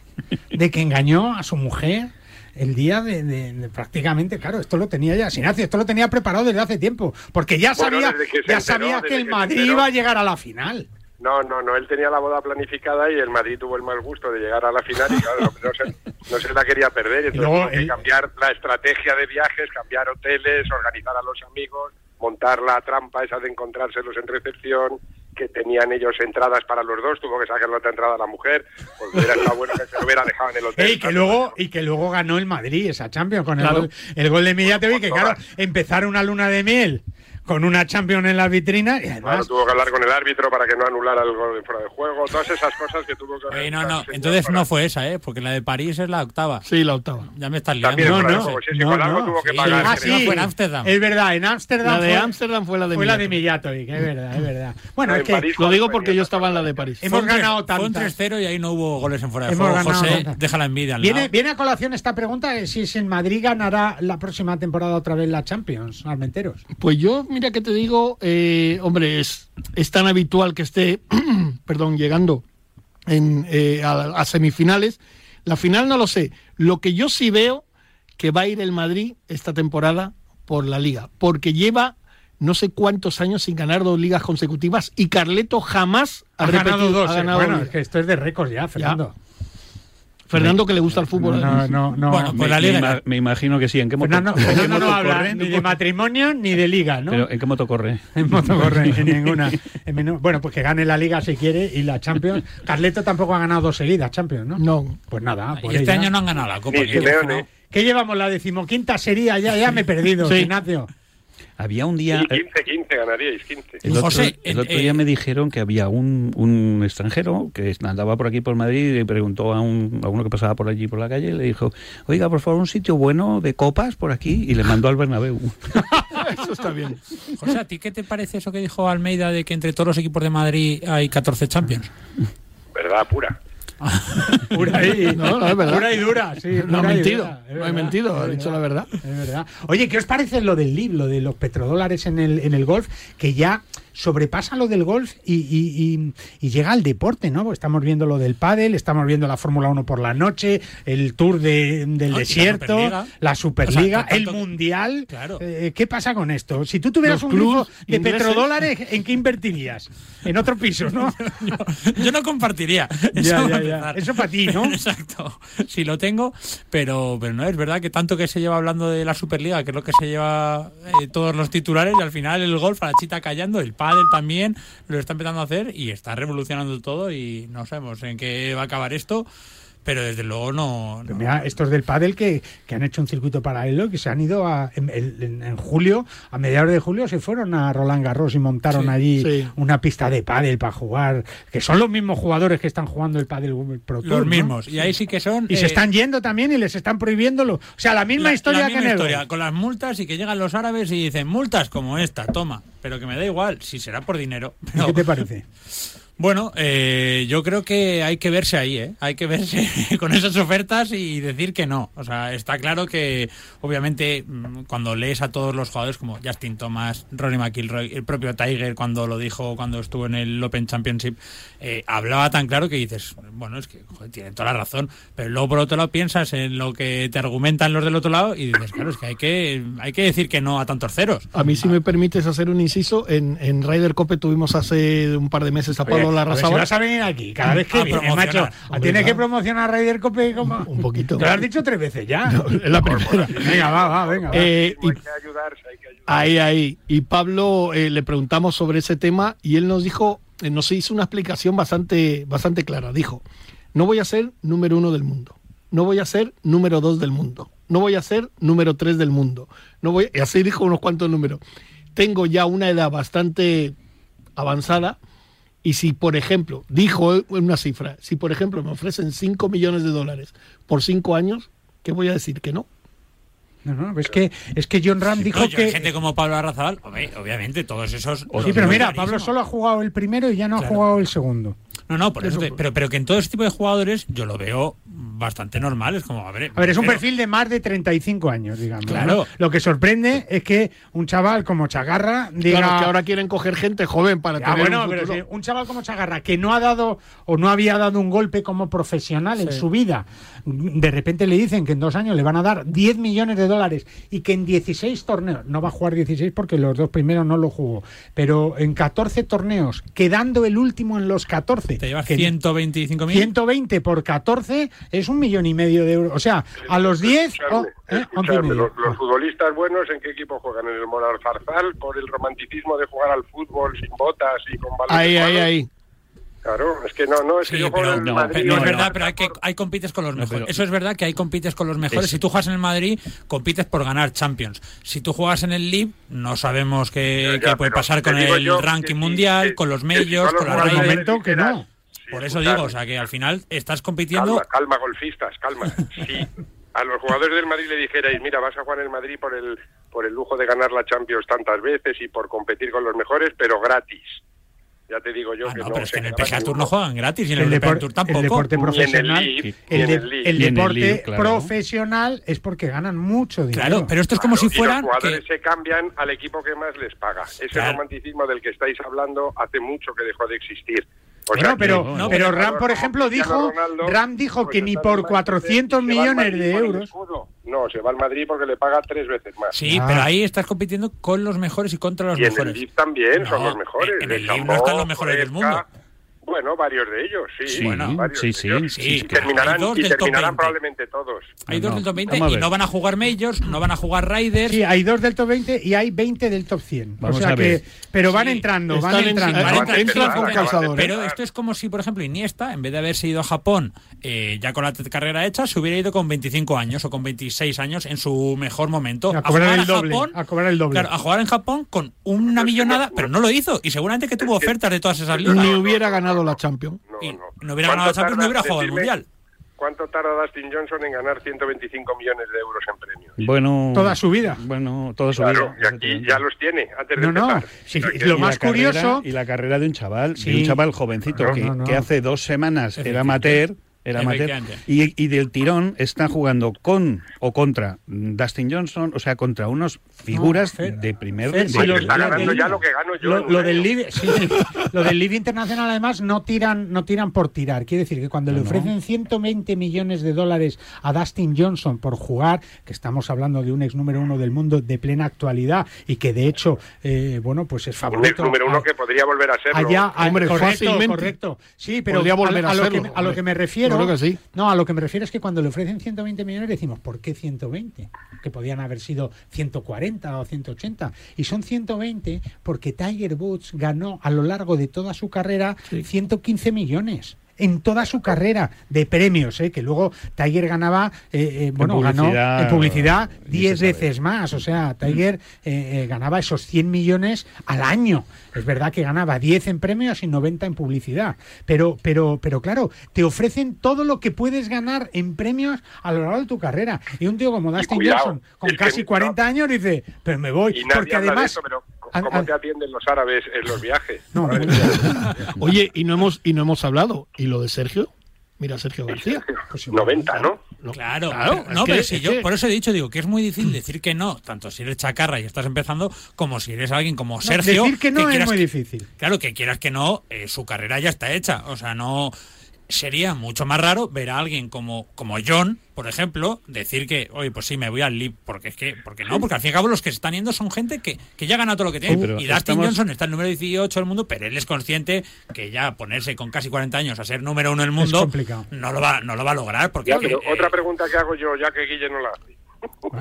de que engañó a su mujer el día de, de- de prácticamente, claro, esto lo tenía ya, Sinacio, esto lo tenía preparado desde hace tiempo, porque ya
Bueno,
sabía,
desde que se
ya
enteró,
sabía
desde
que el
que se
Madrid
enteró.
iba a llegar a la final.
No, no, no, él tenía la boda planificada y el Madrid tuvo el mal gusto de llegar a la final y claro, no, no se, no se la quería perder. y Entonces
luego
tuvo que
él-
cambiar la estrategia de viajes, cambiar hoteles, organizar a los amigos, montar la trampa esa de encontrárselos en recepción, que tenían ellos entradas para los dos, tuvo que sacar la otra entrada a la mujer, pues hubiera estado bueno que se lo hubiera dejado en el hotel.
Y que luego y que luego ganó el Madrid esa Champions con el,
Claro.
gol, el gol de Millatevi que claro, empezar una luna de miel con una Champions en la vitrina y
Claro,
además
tuvo que hablar con el árbitro para que no anulara el gol de fuera de juego, todas esas cosas que tuvo que...
Oye, Eh, no, no, entonces no fue esa, ¿eh? Porque la de París es la octava.
Sí, la octava.
Ya me estás liando.
También fuera de juego, sí, sí, por algo tuvo que
Sí.
pagar.
Ah,
creo.
sí, no fue en Ámsterdam.
es verdad, en Ámsterdam
La de
fue-
Ámsterdam fue la de
fue la de
Millatevi.
Millatevi, que es verdad, es verdad. Bueno,
No,
es
en
que
París
Lo digo porque yo estaba en la de París.
Fue
hemos
un tres-
ganado
Fue un
tantas.
3-0 y ahí no hubo goles en fuera de
Hemos
juego.
ganado
José,
tantas.
deja la envidia al
Viene,
lado.
viene a colación esta pregunta de si si el Madrid ganará la próxima temporada otra vez la Champions, Armenteros.
Pues yo, mira que te digo, eh, hombre, es, es tan habitual que esté, perdón, llegando en, eh, a, a semifinales. La final no lo sé. Lo que yo sí veo que va a ir el Madrid esta temporada por la liga, porque lleva no sé cuántos años sin ganar dos ligas consecutivas y Carleto jamás ha,
Ha ganado
repetido,
dos.
ha
eh.
ganado
bueno,
dos
es que esto es de récord ya, Fernando.
Fernando que le gusta el fútbol.
No, no, no.
Bueno,
Me,
pues la
me
liga.
ima- me imagino que sí. ¿En qué moto,
Fernando,
en qué
Fernando Pues no
moto
habla
corre?
ni de matrimonio ni de liga, ¿no?
Pero, ¿En qué moto corre?
En moto corre, en ninguna. En menú- Bueno, pues que gane la liga si quiere y la Champions. Carleto tampoco ha ganado dos seguidas Champions, ¿no?
No.
Pues nada, por
Y este
ella.
año no han ganado la Copa.
Ni
que ya
Simeone.
ganó.
¿Qué llevamos? La decimoquinta sería ya, ya me he perdido,
Sí.
Ignacio.
Había un
eh.
día...
Y 15-15 ganaríais, 15.
El otro,
José,
el
eh,
otro día
eh,
me dijeron que había un, un extranjero que andaba por aquí por Madrid y preguntó a, un, a uno que pasaba por allí por la calle y le dijo, oiga, por favor, un sitio bueno de copas por aquí y le mandó al Bernabéu.
Eso está bien.
José, ¿a ti qué te parece eso que dijo Almeida de que entre todos los equipos de Madrid hay 14 Champions?
Verdad pura.
Pura y,
No, no, es verdad.
pura y dura, sí.
No he
pura y
mentido,
dura, eh, es
no he
verdad,
mentido,
es
he dicho la verdad.
Es verdad. Oye, ¿qué os parece lo del libro de los petrodólares en el, en el golf? Que ya sobrepasa lo del golf y, y- y- y llega al deporte, ¿no? Estamos viendo lo del pádel, estamos viendo la Fórmula 1 por la noche, el Tour de- del
No, y la
desierto,
Superliga.
la Superliga,
O sea, tanto-
el Mundial.
Claro.
Eh, ¿Qué pasa con esto? Si tú tuvieras
Los
un grupo
clubs
de
ingleses-
petrodólares, ¿en qué invertirías? En otro piso, ¿no?
Yo no compartiría.
Ya,
Eso,
ya,
para
ya.
empezar.
Eso pa' ti, ¿no?
Exacto. Si lo tengo, pero, pero no es verdad que tanto que se lleva hablando de la Superliga, que es lo que se lleva eh, todos los titulares, y al final el golf a la chita callando, el pádel también lo está empezando a hacer y está revolucionando todo y no sabemos en qué va a acabar esto, pero desde luego no.
Pero
no-
Pues mira, estos del pádel que, que han hecho un circuito paralelo, que se han ido a, en, en- en julio, a mediados de julio, se fueron a Roland Garros y montaron
Sí,
allí
sí.
una pista de pádel para jugar, que son los mismos jugadores que están jugando el pádel Pro Tour,
los
¿no?
mismos. Y ahí sí que son.
Y se
eh,
están yendo también y les están prohibiéndolo. O sea, la misma
la-
historia
la
que
misma
en el
historia, con las multas y que llegan los árabes y dicen multas como esta, toma, pero que me da igual, si será por dinero.
golf.
Pero-
¿Qué te parece?
Bueno, eh, yo creo que hay que verse ahí, ¿eh? Hay que verse con esas ofertas y decir que no. O sea, está claro que, obviamente, mm, cuando lees a todos los jugadores como Justin Thomas, Rory McIlroy, el propio Tiger, cuando lo dijo, cuando estuvo en el Open Championship, eh, hablaba tan claro que dices, bueno, es que joder, tiene toda la razón. Pero luego, por otro lado, piensas en lo que te argumentan los del otro lado y dices, claro, es que hay que, hay que decir que no a tantos ceros.
A mí, si me permites hacer un inciso, en, en Ryder Cope tuvimos hace un par de meses a Pablo
Oye, a ver si
Larrazábal.
vas a venir aquí, cada vez que
A
vienes,
promocionar.
macho.
Hombre,
Tienes que
claro.
promocionar a Ryder Cope como...
Un poquito.
Te lo has dicho tres veces ya.
Es la primera.
Venga, va, va, Ah, venga. va.
Eh, y- Ahí, ahí. Y Pablo eh, le preguntamos sobre ese tema y él nos dijo, eh, nos hizo una explicación bastante, bastante clara. Dijo, no voy a ser número uno del mundo, no voy a ser número dos del mundo, no voy a ser número tres del mundo, no voy. Y así dijo unos cuantos números. Tengo ya una edad bastante avanzada y si, por ejemplo, dijo él una cifra, si por ejemplo me ofrecen 5 millones de dólares por cinco años, ¿qué voy a decir? Que no.
No, no, es que, es que John Ram dijo
No, yo,
que...
gente como Pablo Arrazabal, obviamente, todos esos.
Sí, pero mira, Pablo solo ha jugado el primero y ya no ha jugado el segundo.
No, no, por eso te- pero, pero que en todo ese tipo de jugadores yo lo veo bastante normal. Es como, a ver,
A ver, es un
pero-
perfil de más de 35 años, digamos. ¿no?
Claro.
Lo que sorprende es que un chaval como Chagarra diga...
Claro, que ahora quieren coger gente joven para
Ah,
tener
bueno,
un
pero
futuro.
si un chaval como Chagarra que no ha dado o no había dado un golpe como profesional en
Sí.
su vida, de repente le dicen que en dos años le van a dar 10 millones de dólares y que en 16 torneos, no va a jugar 16 porque los dos primeros no lo jugó, pero en 14 torneos, quedando el último en los 14,
Te llevas
que
125.000.
120 por 14 es un millón y medio de euros. O sea, a los 10,
oh,
o- eh, 11 y
Escuchadme,
medio.
los, los futbolistas buenos, ¿en qué equipo juegan? ¿En el Monalzarzal? ¿Por el romanticismo de jugar al fútbol sin botas y con balones?
Ahí, ahí,
malos?
ahí.
Claro, es que no, no, es que
Sí,
yo juego
pero
en el
no,
Madrid.
pero no, es
en el
verdad, pero hay que hay compites con los mejores.
pero-
Eso es verdad que hay compites con los mejores.
Es-
Si tú juegas en el Madrid, compites por ganar Champions. Si tú juegas en el League, no sabemos qué,
Ya,
qué puede
pero
pasar
te
con
digo
el
yo que
ranking
si-
mundial,
que-
con los
que si
medios,
solo
con las
juegas
Al
ahí-
ratings.
momento que no.
Por eso
escuchadme.
digo, o sea, que al final estás compitiendo
Calma, calma, golfistas, calma. Si a los jugadores del Madrid le dijerais, mira, vas a jugar en el Madrid por el, por el lujo de ganar la Champions tantas veces y por competir con los mejores, pero gratis. Ya te digo yo
Ah,
que
no,
no.
pero es
se
que en el
quedaba
PGA Tour
ninguno.
no juegan gratis y en el,
El,
European
depor-
Tour
el
tambico.
deporte
Ni en el
profesional,
League,
el,
ni en
de-
el League.
el
Ni en el
deporte
League, claro.
profesional es porque ganan mucho dinero.
Claro, pero esto es como
Claro,
si
Ah, y
fueran
los
que-
jugadores se cambian al equipo que más les paga. Ese
Claro.
romanticismo del que estáis hablando hace mucho que dejó de existir. O
Bueno,
sea,
pero,
que-
pero
no,
jugador
Ram, por
como
ejemplo,
Cristiano
dijo,
Ronaldo,
Ram dijo
pues
que ni
está en
por
el Madrid
400
y se va al
millones
Madrid
de
por el
euros.
escudo. No, se va al Madrid porque le paga tres veces más.
Sí,
Ah.
pero ahí estás compitiendo con los mejores y contra los
y en el
mejores.
Leeds también son
No,
los mejores.
en el
De
Leeds no están los
Chambó,
mejores del
Goretzka,
mundo.
Bueno, varios de ellos, sí.
Sí,
bueno, varios
sí,
de
sí,
ellos.
sí,
Y
claro.
terminarán,
Hay dos
y
del top
terminarán
20.
probablemente todos.
Hay
No,
dos
no.
del top 20
Vamos a
y no
ver.
van a jugar majors, no van a jugar riders.
Sí, hay dos del top 20 y hay 20 del top 100.
Vamos
o sea
a ver.
que, pero van
Sí,
entrando,
están
van
en-
entrando.
eh,
Vale,
Acaban de
entra-
empezar,
entra-
acaban de
causadores.
Pero esto es como si, por ejemplo, Iniesta, en vez de haberse ido a Japón eh, ya con la t- carrera hecha, se hubiera ido con 25 años o con 26 años en su mejor momento.
A cobrar el
a
doble, a cobrar el doble.
Claro, a jugar en Japón con una millonada, pero no lo hizo. Y seguramente que tuvo ofertas de todas esas ligas.
Ni hubiera ganado la Champions.
No,
Y
no.
no hubiera ganado la
¿Cuánto
Champions, no
tarda-
hubiera jugado el
decidme
Mundial.
¿Cuánto tarda Dustin Johnson en ganar 125 millones de euros en premios?
Bueno,
Toda su vida.
Bueno, toda su
Claro, y
vida.
aquí ya los tiene antes de
Pues No, no,
empezar.
sí,
O sea que-
lo
Y
más
la carrera-
curioso-
y la carrera de un chaval,
Sí.
de un chaval jovencito
No,
que,
no, no.
que hace dos semanas era amateur Era amateur.
Efectivamente.
Y, y del tirón está jugando con o contra Dustin Johnson, o sea, contra unos figuras de primer
Fer,
de-
si los-
de-
Está ganando ya lo que
gano
Lo, lo del libre, sí, lo del libre internacional además no tiran no tiran por tirar. Quiere decir que cuando le ofrecen 120 millones de dólares a Dustin Johnson por jugar, que estamos hablando de un ex número uno del mundo de plena actualidad y que de hecho, eh, bueno, pues es
Un ex
favorito.
número uno que podría volver a serlo.
Allá, a- correcto, correcto. Sí, pero
Podría
a-
volver
a,
a
lo
hacerlo,
que, a lo
hombre.
que me refiero.
Yo creo que sí.
No, a lo que me refiero es que cuando le ofrecen 120 millones decimos, ¿por qué 120? Que podían haber sido 140 o 180. Y son 120 porque Tiger Woods ganó a lo largo de toda su carrera 115 millones. En toda su carrera de premios, ¿eh? que luego Tiger ganaba, eh, eh, bueno, ganó
publicidad,
en publicidad
ni se
10
sabe.
veces más. O sea, Tiger eh, eh, ganaba esos 100 millones al año. Es verdad que ganaba 10 en premios y 90 en publicidad. Pero, pero, pero claro, te ofrecen todo lo que puedes ganar en premios a lo largo de tu carrera. Y un tío como Dustin
cuidado,
Johnson, con
es que
casi
no-
40 años, dice, pero me voy.
Y nadie
porque
habla
además...
de eso, pero c-
a-
¿cómo
a-
te atienden los árabes en los viajes?
No,
Ahora,
Oye, y no hemos y no hemos hablado. ¿Y lo de Sergio? Mira, Sergio García. Pues
90, ¿no?
Claro,
Claro,
pero-
es
no,
que-
pero si
es
yo,
que-
por eso he dicho, digo, que es muy difícil decir que no, tanto si eres chacarra y estás empezando, como si eres alguien como
no,
Sergio.
decir que no es
quieras
muy
que-
difícil.
Claro, que quieras que no, eh, su carrera ya está hecha. O sea, no. Sería mucho más raro ver a alguien como, como John, por ejemplo, decir que, oye, pues sí, me voy al LIB, porque es que, porque no, porque al fin y al cabo los que se están yendo son gente que, que ya gana todo lo que
Sí,
tiene.
pero
y Dustin
estamos-
Johnson está el número 18 del mundo, pero él es consciente que ya ponerse con casi 40 años a ser número uno del
Es
mundo
complicado.
no lo va, no lo va a lograr, porque
Ya,
es que,
pero
eh,
otra pregunta que hago yo, ya que Guille no la hace.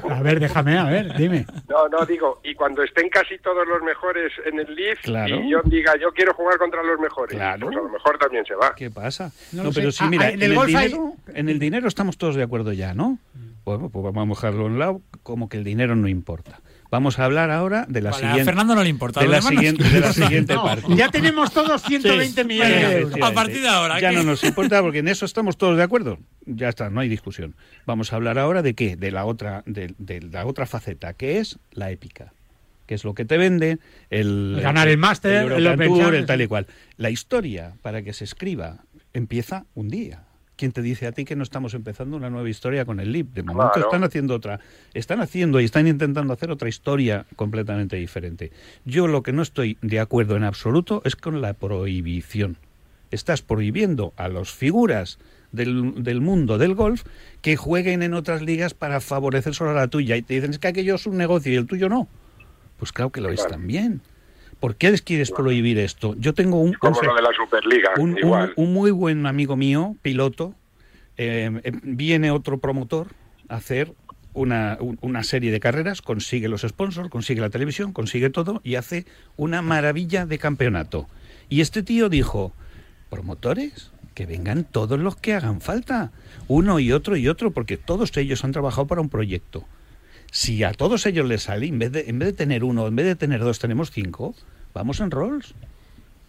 A ver, déjame, a ver, dime.
No, no, digo, y cuando estén casi todos los mejores en el Leaf
Claro.
y John diga, yo quiero jugar contra los mejores,
Claro.
pues a lo mejor también se va.
¿Qué pasa?
No
No,
lo
pero
sé.
sí,
Ah, ah,
mira,
en
en,
el
el
golf hay-
dinero, en el dinero estamos todos de acuerdo ya, ¿no? Bueno, pues vamos a dejarlo a un lado, como que el dinero no importa. Vamos a hablar ahora de la
Vale, a
siguiente.
Fernando no le importa, a
De
los
la
demás no.
siguiente, de la siguiente
No,
parte.
ya tenemos todos 120 millones de euros.
Efectivamente.
A partir de ahora,
Ya
¿qué?
no nos importa porque en eso estamos todos de acuerdo. Ya está, no hay discusión. Vamos a hablar ahora de qué, de la otra, de, de la otra faceta, que es la épica, que es lo que te vende el
Ganar el máster,
el,
el Open
European Tour,
Challenge.
el tal y cual. La historia para que se escriba empieza un día. ¿Quién te dice a ti que no estamos empezando una nueva historia con el LIB? De momento
Claro.
están haciendo otra, están haciendo y están intentando hacer otra historia completamente diferente. Yo lo que no estoy de acuerdo en absoluto es con la prohibición. Estás prohibiendo a las figuras del, del mundo del golf que jueguen en otras ligas para favorecer solo a la tuya y te dicen es que aquello es un negocio y el tuyo no. Pues claro que lo es también. ¿Por qué les quieres prohibir esto? Yo tengo un, un
Como
fe-
lo de la Superliga,
un, un-
igual.
un muy buen amigo mío, piloto, eh, eh, viene otro promotor a hacer una, un- una serie de carreras, consigue los sponsors, consigue la televisión, consigue todo y hace una maravilla de campeonato. Y este tío dijo, promotores, que vengan todos los que hagan falta, uno y otro y otro, porque todos ellos han trabajado para un proyecto. Si a todos ellos les sale, en vez de, en vez de tener uno, en vez de tener dos, tenemos cinco, vamos en rolls.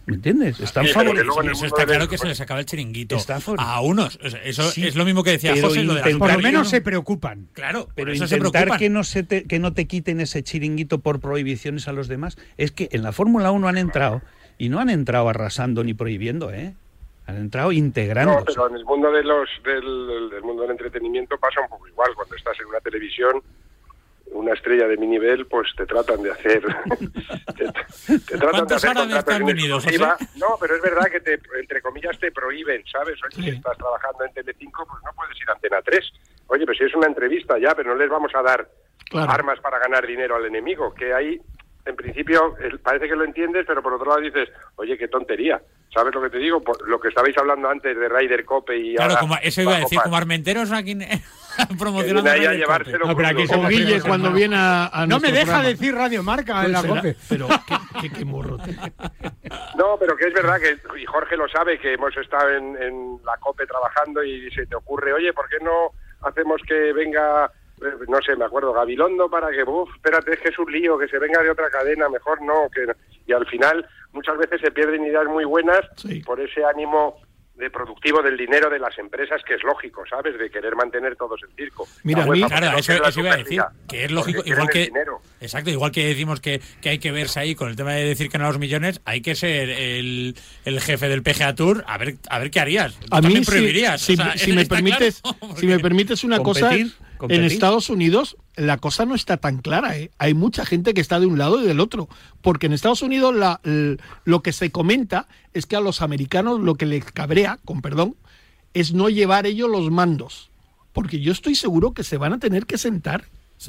¿Me entiendes? Están
Sí, pero que luego en el
favorecidos.
Eso
mundo
está
del-
claro que se les acaba el chiringuito.
Está fuera.
A unos. O sea, Eso
Sí,
es lo mismo que decía
pero
José, lo de la
intentar-
Por lo
Superliga.
menos se preocupan.
Claro,
Pero
por eso se
intentar
preocupan.
que no, se te, que no te quiten ese chiringuito por prohibiciones a los demás. Es que en la Fórmula 1 han entrado y no han entrado arrasando ni prohibiendo, ¿eh? Han entrado integrando.
No, pero en el mundo de los del, del mundo del entretenimiento pasa un poco igual. Cuando estás en una televisión, una estrella de mi nivel, pues te tratan de hacer. te, te tratan de
¿Cuántos árabes te
hacer contratos
han
en
venido,
exclusiva.
José?
No, pero es verdad que te, entre comillas te prohíben, ¿sabes? Oye, si estás trabajando en Telecinco, pues no puedes ir a Antena 3. Oye, pero si es una entrevista ya, pero no les vamos a dar
Claro.
armas para ganar dinero al enemigo, que ahí en principio el- parece que lo entiendes, pero por otro lado dices, oye, qué tontería. ¿Sabes lo que te digo? Por lo que estabais hablando antes de Ryder Cope y
Claro,
ahora
como, eso iba a
Bajo
decir,
Paz.
como Armenteros aquí eh,
Que viene
promocionando.
ahí a
el
llevárselo
No, pero
crudo.
aquí
O
somos
Guille
Pero-
cuando viene a, a
No
nuestro
me deja
programa. Pues
decir Radio Marca en la
Será,
COPE.
Pero qué, qué- qué morro. tío.
No, pero que es verdad que, y Jorge lo sabe, que hemos estado en, en la COPE trabajando y se te ocurre, oye, ¿por qué no hacemos que venga, eh, no sé, me acuerdo, Gabilondo para que, uff, espérate, es que es un lío, que se venga de otra cadena, mejor no, que no. Y al final muchas veces se pierden ideas muy buenas
Sí.
por ese ánimo de productivo del dinero de las empresas, que es lógico, ¿sabes? De querer mantener todos el circo.
Mira,
La UEFA, pues, por
claro,
ejemplo,
eso,
es la
eso iba a decir,
Superliga,
que es lógico,
porque quieren
igual
el
que,
dinero.
exacto, igual que decimos que, que hay que verse ahí con el tema de decir que no a los millones, hay que ser el, el jefe del PGA Tour, a ver, a ver qué harías. Tú
A mí,
también
si-
prohibirías.
si,
o sea,
si me
está
permites,
claro, porque-
si me permites una
Competir,
cosa,
competir.
en Estados Unidos la cosa no está tan clara. ¿eh? Hay mucha gente que está de un lado y del otro, porque en Estados Unidos la- l- lo que se comenta es que a los americanos lo que les cabrea, con perdón, es no llevar ellos los mandos, porque yo estoy seguro que se van a tener que sentar.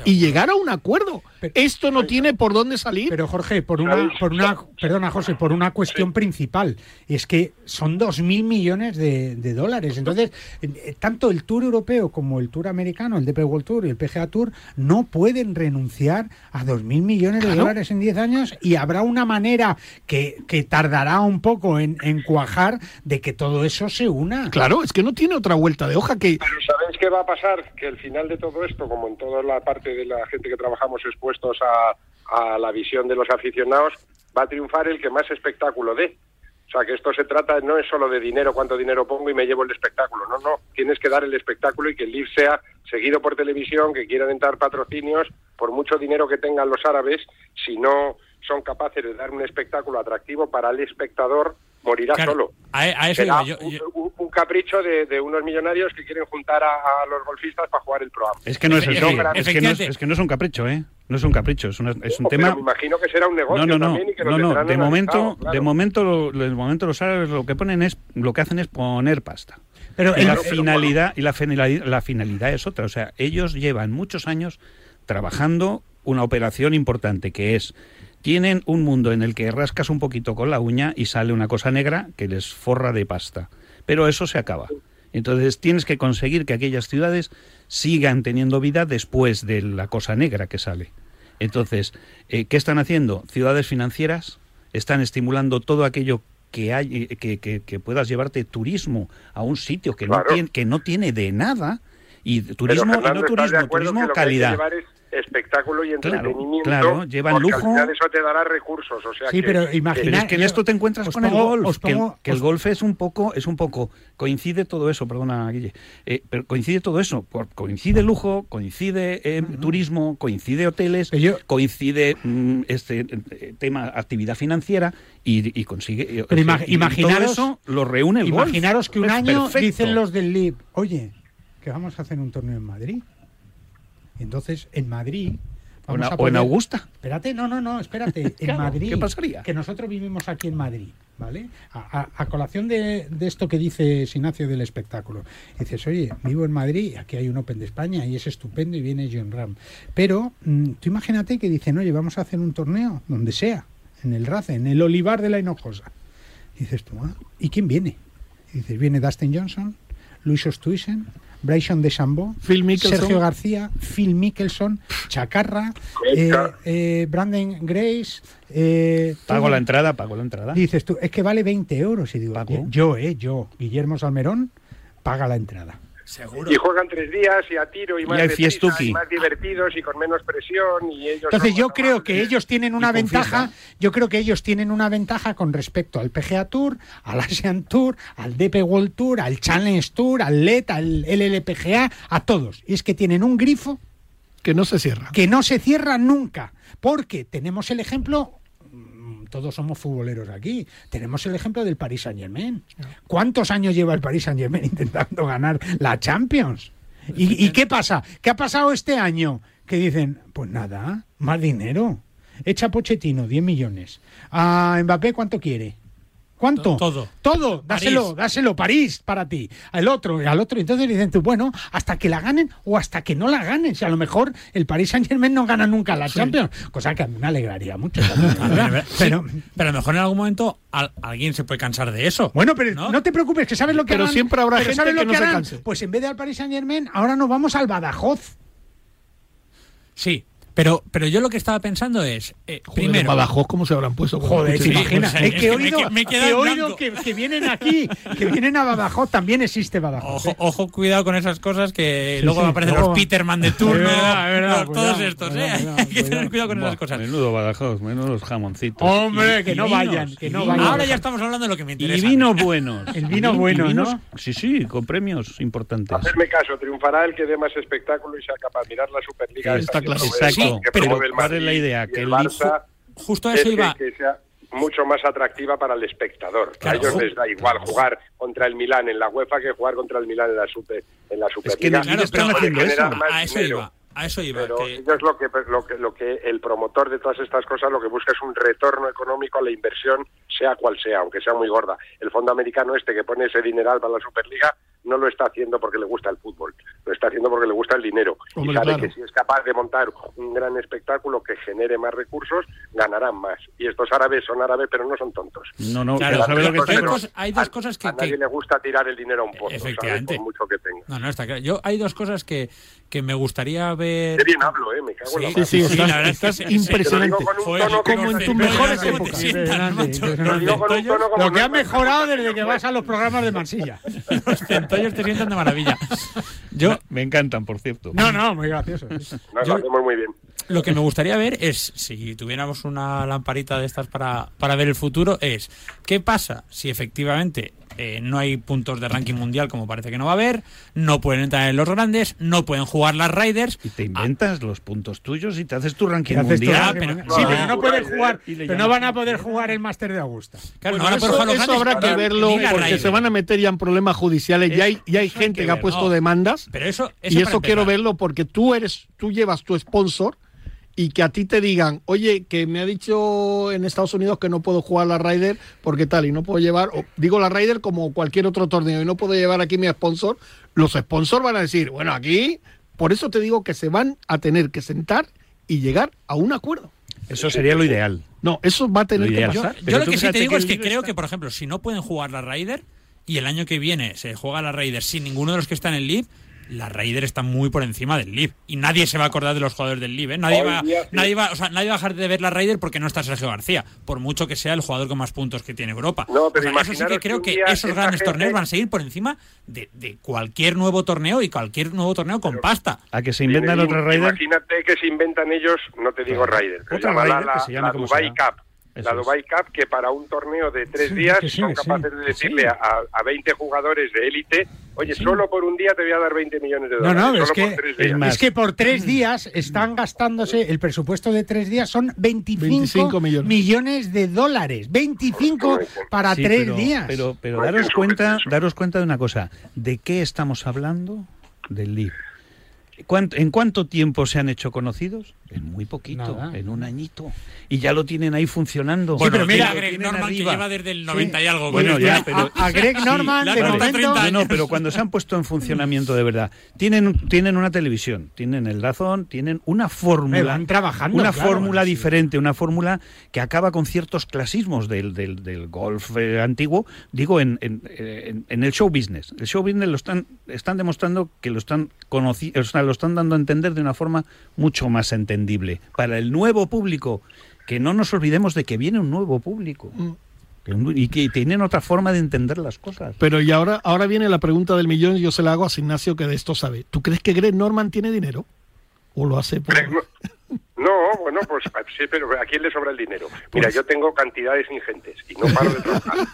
Y llegar a un acuerdo. Esto no tiene por dónde salir.
Pero Jorge, por una, por una, perdona José, por una cuestión principal, es que son 2.000 millones de, de dólares. Entonces, eh, tanto el Tour europeo como el Tour americano, el DP World Tour y el PGA Tour, no pueden renunciar a 2.000 millones de
Claro.
dólares en 10 años y habrá una manera que, que tardará un poco en, en cuajar de que todo eso se una.
Claro, es que no tiene otra vuelta de hoja que
Pero ¿sabéis qué va a pasar? Que el final de todo esto, como en toda la parte de la gente que trabajamos expuestos a, a la visión de los aficionados, va a triunfar el que más espectáculo dé. O sea, que esto se trata no es solo de dinero, cuánto dinero pongo y me llevo el espectáculo. No, no, tienes que dar el espectáculo y que el live sea seguido por televisión, que quieran entrar patrocinios, por mucho dinero que tengan los árabes, si no son capaces de dar un espectáculo atractivo para el espectador, morirá
Claro,
solo.
A, a eso iba
Será
yo. yo-
un, un capricho de, de unos millonarios que quieren juntar a, a los golfistas para jugar el programa.
Es que no es,
Y
así,
no,
es, que no es,
efectivamente.
es que no es un capricho, ¿eh? No es un capricho, es, una- es un
Pero
tema...
Me imagino que será un negocio
No, no, no,
también y que
no,
lo
no,
tendrán
de momento,
analizado, claro.
de momento, lo- lo- de momento los árabes lo que ponen es, lo que hacen es poner pasta.
Pero
y
el-
la
pero bueno.
finalidad y la finalidad, la finalidad es otra, o sea, ellos llevan muchos años trabajando una operación importante que es tienen un mundo en el que rascas un poquito con la uña y sale una cosa negra que les forra de pasta, pero eso se acaba. Entonces tienes que conseguir que aquellas ciudades sigan teniendo vida después de la cosa negra que sale. Entonces, eh, ¿qué están haciendo? Ciudades financieras están estimulando todo aquello que, hay, eh, que, que- que puedas llevarte turismo a un sitio que, no, tiene, que no tiene de nada. Y turismo
Pero,
y no
Fernando, ¿estás de
turismo,
acuerdo
turismo
que lo que hay que
calidad.
llevar es espectáculo y
Claro,
entretenimiento.
claro, llevan
porque
lujo.
Al final eso te dará recursos. O sea
Sí,
que-
pero
que-
Pero es que en esto te encuentras
os
con el
pongo-
golf,
os
que, el-
pongo-
que el
os-
golf es un poco, es un poco, coincide todo eso, perdona Guille, eh, pero coincide todo eso, por- coincide lujo, coincide eh, turismo, coincide hoteles, coincide mm, este eh, tema actividad financiera y, y consigue. eh,
Pero ima-
y- y todo
imaginaros-
eso lo reúne el golf.
Imaginaros que un
Es
año
perfecto.
dicen los del LIB, oye, que vamos a hacer un torneo en Madrid. Entonces, en Madrid.
O en-
vamos a
o en
poner-
Augusta.
Espérate, no, no, no, espérate. En
Claro,
Madrid.
¿qué pasaría?
Que nosotros vivimos aquí en Madrid, ¿vale? A, a- a colación de, de esto que dice Sinacio del espectáculo. Dices, oye, vivo en Madrid, y aquí hay un Open de España y es estupendo y viene John Ram. Pero mm, tú imagínate que dicen, oye, vamos a hacer un torneo donde sea, en el Race, en el Olivar de la Hinojosa. Y dices tú, ah, ¿y quién viene? Y dices, viene Dustin Johnson, Luis Ostuisen, Bryson DeChambeau,
Phil Mickelson.
Sergio García, Phil Mickelson, Chacarra, eh, eh, Brandon Grace. eh,
Pago
todo.
la entrada, pago la entrada.
Dices tú, es que vale 20 euros. Y digo, yo, eh, yo, Guillermo Salmerón, paga la entrada.
Y juegan tres días y a tiro y más,
Y hay
de prisa,
fiestuki.
y más divertidos y con menos presión. Y ellos
Entonces
son-
yo creo que ellos tienen una
con
ventaja, yo creo que ellos tienen una ventaja con respecto al PGA Tour, al Asian Tour, al DP World Tour, al Challenge Tour, al LET, al LLPGA, a todos. Y es que tienen un grifo
que no se cierra.
Que no se cierra nunca, porque tenemos el ejemplo mm, todos somos futboleros aquí. Tenemos el ejemplo del Paris Saint Germain. ¿Cuántos años lleva el Paris Saint Germain intentando ganar la Champions? ¿Y, y qué pasa? ¿Qué ha pasado este año? Que dicen, pues nada, más dinero. Echa a Pochettino 10 millones. A Mbappé, ¿cuánto quiere? ¿Cuánto?
To- todo.
Todo, dáselo,
París.
dáselo, París, para ti. Al otro, al otro. Entonces dicen tú, bueno, hasta que la ganen o hasta que no la ganen. Si a lo mejor el Paris Saint Germain no gana nunca la Champions, cosa que a mí me alegraría mucho. también, la verdad.
pero, Ah, pero a lo mejor en algún momento al- alguien se puede cansar de eso.
Bueno, pero no te preocupes, que sabes lo que
Pero
harán,
siempre habrá
pero
gente
¿sabes lo
que no se
harán?
canse.
Pues en vez de al Paris Saint Germain, ahora nos vamos al Badajoz.
Sí. Pero, pero yo lo que estaba pensando es, eh,
Joder,
primero...
en Badajoz, ¿cómo se habrán puesto? cuando
Joder,
escuchen
¿te
eso?
imaginas?
Pues,
es que he oído,
me he quedado
que, he
en
oído
blanco.
que, que vienen aquí, que vienen a Badajoz, también existe Badajoz. ¿eh?
Ojo, ojo, cuidado con esas cosas que
Pues Sí,
luego
sí,
aparecen
luego-
los Peterman de turno,
Es verdad, es verdad,
los- todos
cuidado,
estos,
cuidado,
¿eh?
cuidado,
Hay que tener cuidado con esas cosas.
Menudo Badajoz, menudo los jamoncitos.
Hombre,
Y-
que
y
no
vinos,
vayan, que
y
no
vinos.
vayan.
Ahora ya estamos hablando de lo que me
Y
interesa.
vinos buenos.
El vino
Y- y
bueno,
vinos-
¿no?
Sí, sí, con premios importantes.
Hacerme caso, triunfará el que dé más espectáculo y sea capaz de mirar la Superliga.
Está
esta que
claro.
promueve-
Exacto.
que
Pero
promueve el
¿cuál es la
Madrid
idea?
y
Que
el
el
Barça
Justo a
es
eso
que-
iba.
que sea mucho más atractiva para el espectador.
Claro.
a ellos les da igual jugar contra el Milán en la UEFA que jugar contra el Milán en la Super en la Superliga.
Claro, pero
Puede generar más
A eso
dinero.
iba. A eso iba.
Pero
que-
ellos lo que, lo, que, lo que el promotor de todas estas cosas lo que busca es un retorno económico a la inversión, sea cual sea, aunque sea muy gorda. El fondo americano este que pone ese dineral para la Superliga no lo está haciendo porque le gusta el fútbol, lo está haciendo porque le gusta el dinero.
Hombre,
y sabe
claro.
que si es capaz de montar un gran espectáculo que genere más recursos, ganarán más. Y estos árabes son árabes, pero no son tontos.
No, no,
Claro,
pero ¿sabes lo que
pero hay,
está-
dos, hay dos cosas que,
A nadie
que-
le gusta tirar el dinero a un pozo, ¿sabes?
Efectivamente.
por mucho que tenga.
No, no, está claro. Yo, hay dos cosas que, que me gustaría ver...
Qué bien hablo, ¿eh? Me cago en la
Sí, sí, estás-
madre.
la verdad es que
estás
sí, sí.
impresionante.
Te lo digo con un
Joder,
tono
qué
como en
te-
tus
perdona,
mejores
cómo te
épocas.
sientas,
Impresionante,
macho.
Te lo digo con un tono como
Lo que
no-
ha mejorado desde que vas a los programas de Mansilla.
Los centollos te sientan de maravilla. Yo,
Me encantan, por cierto.
No, no, muy gracioso.
Nos
Yo-
lo hacemos muy bien.
Lo que me gustaría ver es, si tuviéramos una lamparita de estas para, para ver el futuro, es qué pasa si efectivamente eh, no hay puntos de ranking mundial como parece que no va a haber, no pueden entrar en los grandes, no pueden jugar las Riders.
Y te inventas los puntos tuyos y te haces tu ranking
¿Qué haces tú?
mundial.
Ah, pero-
sí, pero no pueden jugar,
Y le
pero no
llamas.
van a poder jugar el máster de Augusta.
Claro,
Bueno,
no van a poder
eso,
jugar los
eso
grandes,
habrá que
ni
verlo
las
porque
Riders.
se van a meter ya en problemas judiciales. ya hay, ya hay
eso hay
gente
que
que ha
ver,
puesto
no.
demandas
Pero eso, eso
y
para
eso quiero
empezar.
verlo porque tú eres, tú llevas tu sponsor y que a ti te digan, oye, que me ha dicho en Estados Unidos que no puedo jugar la Ryder porque tal y no puedo llevar, o digo la Ryder como cualquier otro torneo y no puedo llevar aquí mi sponsor, los sponsors van a decir, bueno, aquí, por eso te digo que se van a tener que sentar y llegar a un acuerdo.
Eso sería lo ideal.
No, eso va a tener
Lo
que
ideal.
pasar.
Pero
Yo lo
tú
que sí
fíjate
te digo
que el
es que
libro
creo
está-
que, por ejemplo, si no pueden jugar la Raider y el año que viene se juega la Raider sin ninguno de los que están en el League, la Raider está muy por encima del League. Y nadie se va a acordar de los jugadores del League. ¿eh? Nadie,
Hoy
va,
día sí.
nadie, va, o sea, nadie va a dejar de ver la Raider porque no está Sergio García, por mucho que sea el jugador con más puntos que tiene Europa.
No, pero
O sea, eso sí
imaginaros
que
que
creo
un
que
día
esos
esta
grandes
gente-
torneos van a seguir por encima de, de cualquier nuevo torneo y cualquier nuevo torneo con pasta.
A que se inventan
Tienen-
otra Raider.
Imagínate que se inventan ellos, no te digo Raider, pero
Otra
llámala
Raider que se llame
la
como
Dubai
sea.
Cup.
Eso
La
es.
Dubai Cup que para un torneo de tres
Sí,
días
que sí,
son
que sí,
capaces de
que
decirle
sí.
a, a 20 jugadores de élite, oye, solo por un día te voy a dar 20 millones de
No,
dólares.
no,
solo
es que,
por tres
es
días".
más.
es que por tres días están gastándose, el presupuesto de tres días son 25,
25
millones.
millones.
de dólares. 25 para
Sí,
tres
pero-
días.
Pero, pero
Ay,
daros
qué
cuenta,
sorpresa.
daros cuenta de una cosa. ¿De qué estamos hablando? Del LIB. ¿Cuán- ¿En cuánto tiempo se han hecho conocidos? En muy poquito,
Nada.
en un añito. Y ya lo tienen ahí funcionando.
Bueno,
pero mira,
mira, Greg
tienen
Norman
arriba.
que lleva desde el 90 y algo.
Bueno,
con
ya,
esto.
pero-
a, a Greg Norman,
la
de
nota
momento,
30
No,
años.
pero cuando se han puesto en funcionamiento de verdad, tienen, tienen una televisión, tienen el razón, tienen una
Pero
fórmula.
van trabajando,
Una
claro,
fórmula
sí.
diferente, una fórmula que acaba con ciertos clasismos del, del- del golf eh, antiguo, digo, en, en- en- en el show business. El show business lo están, están demostrando que lo están, conoci- o sea, lo están dando a entender de una forma mucho más entendible. Para el nuevo público, que no nos olvidemos de que viene un nuevo público.
Mm.
que un- Y que tienen otra forma de entender las cosas.
Pero y ahora, ahora viene la pregunta del millón y yo se la hago a Ignacio que de esto sabe. ¿Tú crees que Greg Norman tiene dinero? ¿O lo hace por...
Greg Nor- No, bueno, pues sí, pero ¿a quién le sobra el dinero? Mira,
Pues
yo tengo cantidades ingentes y no paro de trabajar.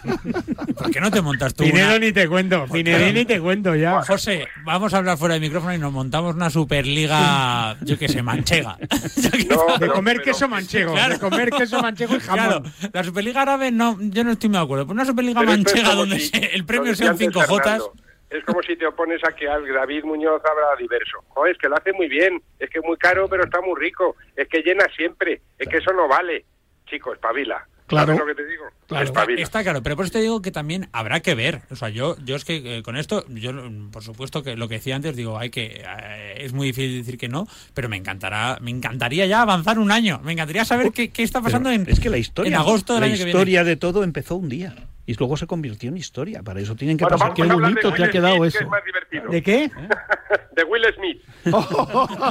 ¿Por qué no te montas tú
Dinero
una-
ni te cuento, dinero ni te cuento ya.
José, vamos a hablar fuera del micrófono y nos montamos una superliga, yo que sé, manchega. Yo qué
No,
sé.
De
pero-
comer
pero-
queso manchego,
Claro.
de comer queso manchego y
Claro,
jamón.
la superliga árabe no, yo no estoy muy de acuerdo. Pero una superliga
Pero esto es
manchega
como
donde
si-
se- el
lo
premio
decía
sean
antes
5 jotas.
Fernando, Es como si te opones a que al David Muñoz habrá diverso. No, es que lo hace muy bien, es que es muy caro, pero está muy rico, es que llena siempre, es que eso no vale. Chicos, espabila.
Claro.
¿Sabes lo que te digo?
Claro.
Está,
Espabila.
está claro, pero por eso te digo que también habrá que ver. O sea, yo, yo es que eh, con esto, yo mm, por supuesto que lo que decía antes, digo, hay que eh, es muy difícil decir que no, pero me encantará, me encantaría ya avanzar un año. Me encantaría saber qué, qué está pasando
Pero
en
es que la historia
en agosto del
la
año que viene.
historia de todo empezó un día y y luego se convirtió en historia. Para eso tienen que
Bueno,
pasar.
vamos a hablar de Will Smith, que es más
¿De qué?
De Will Smith.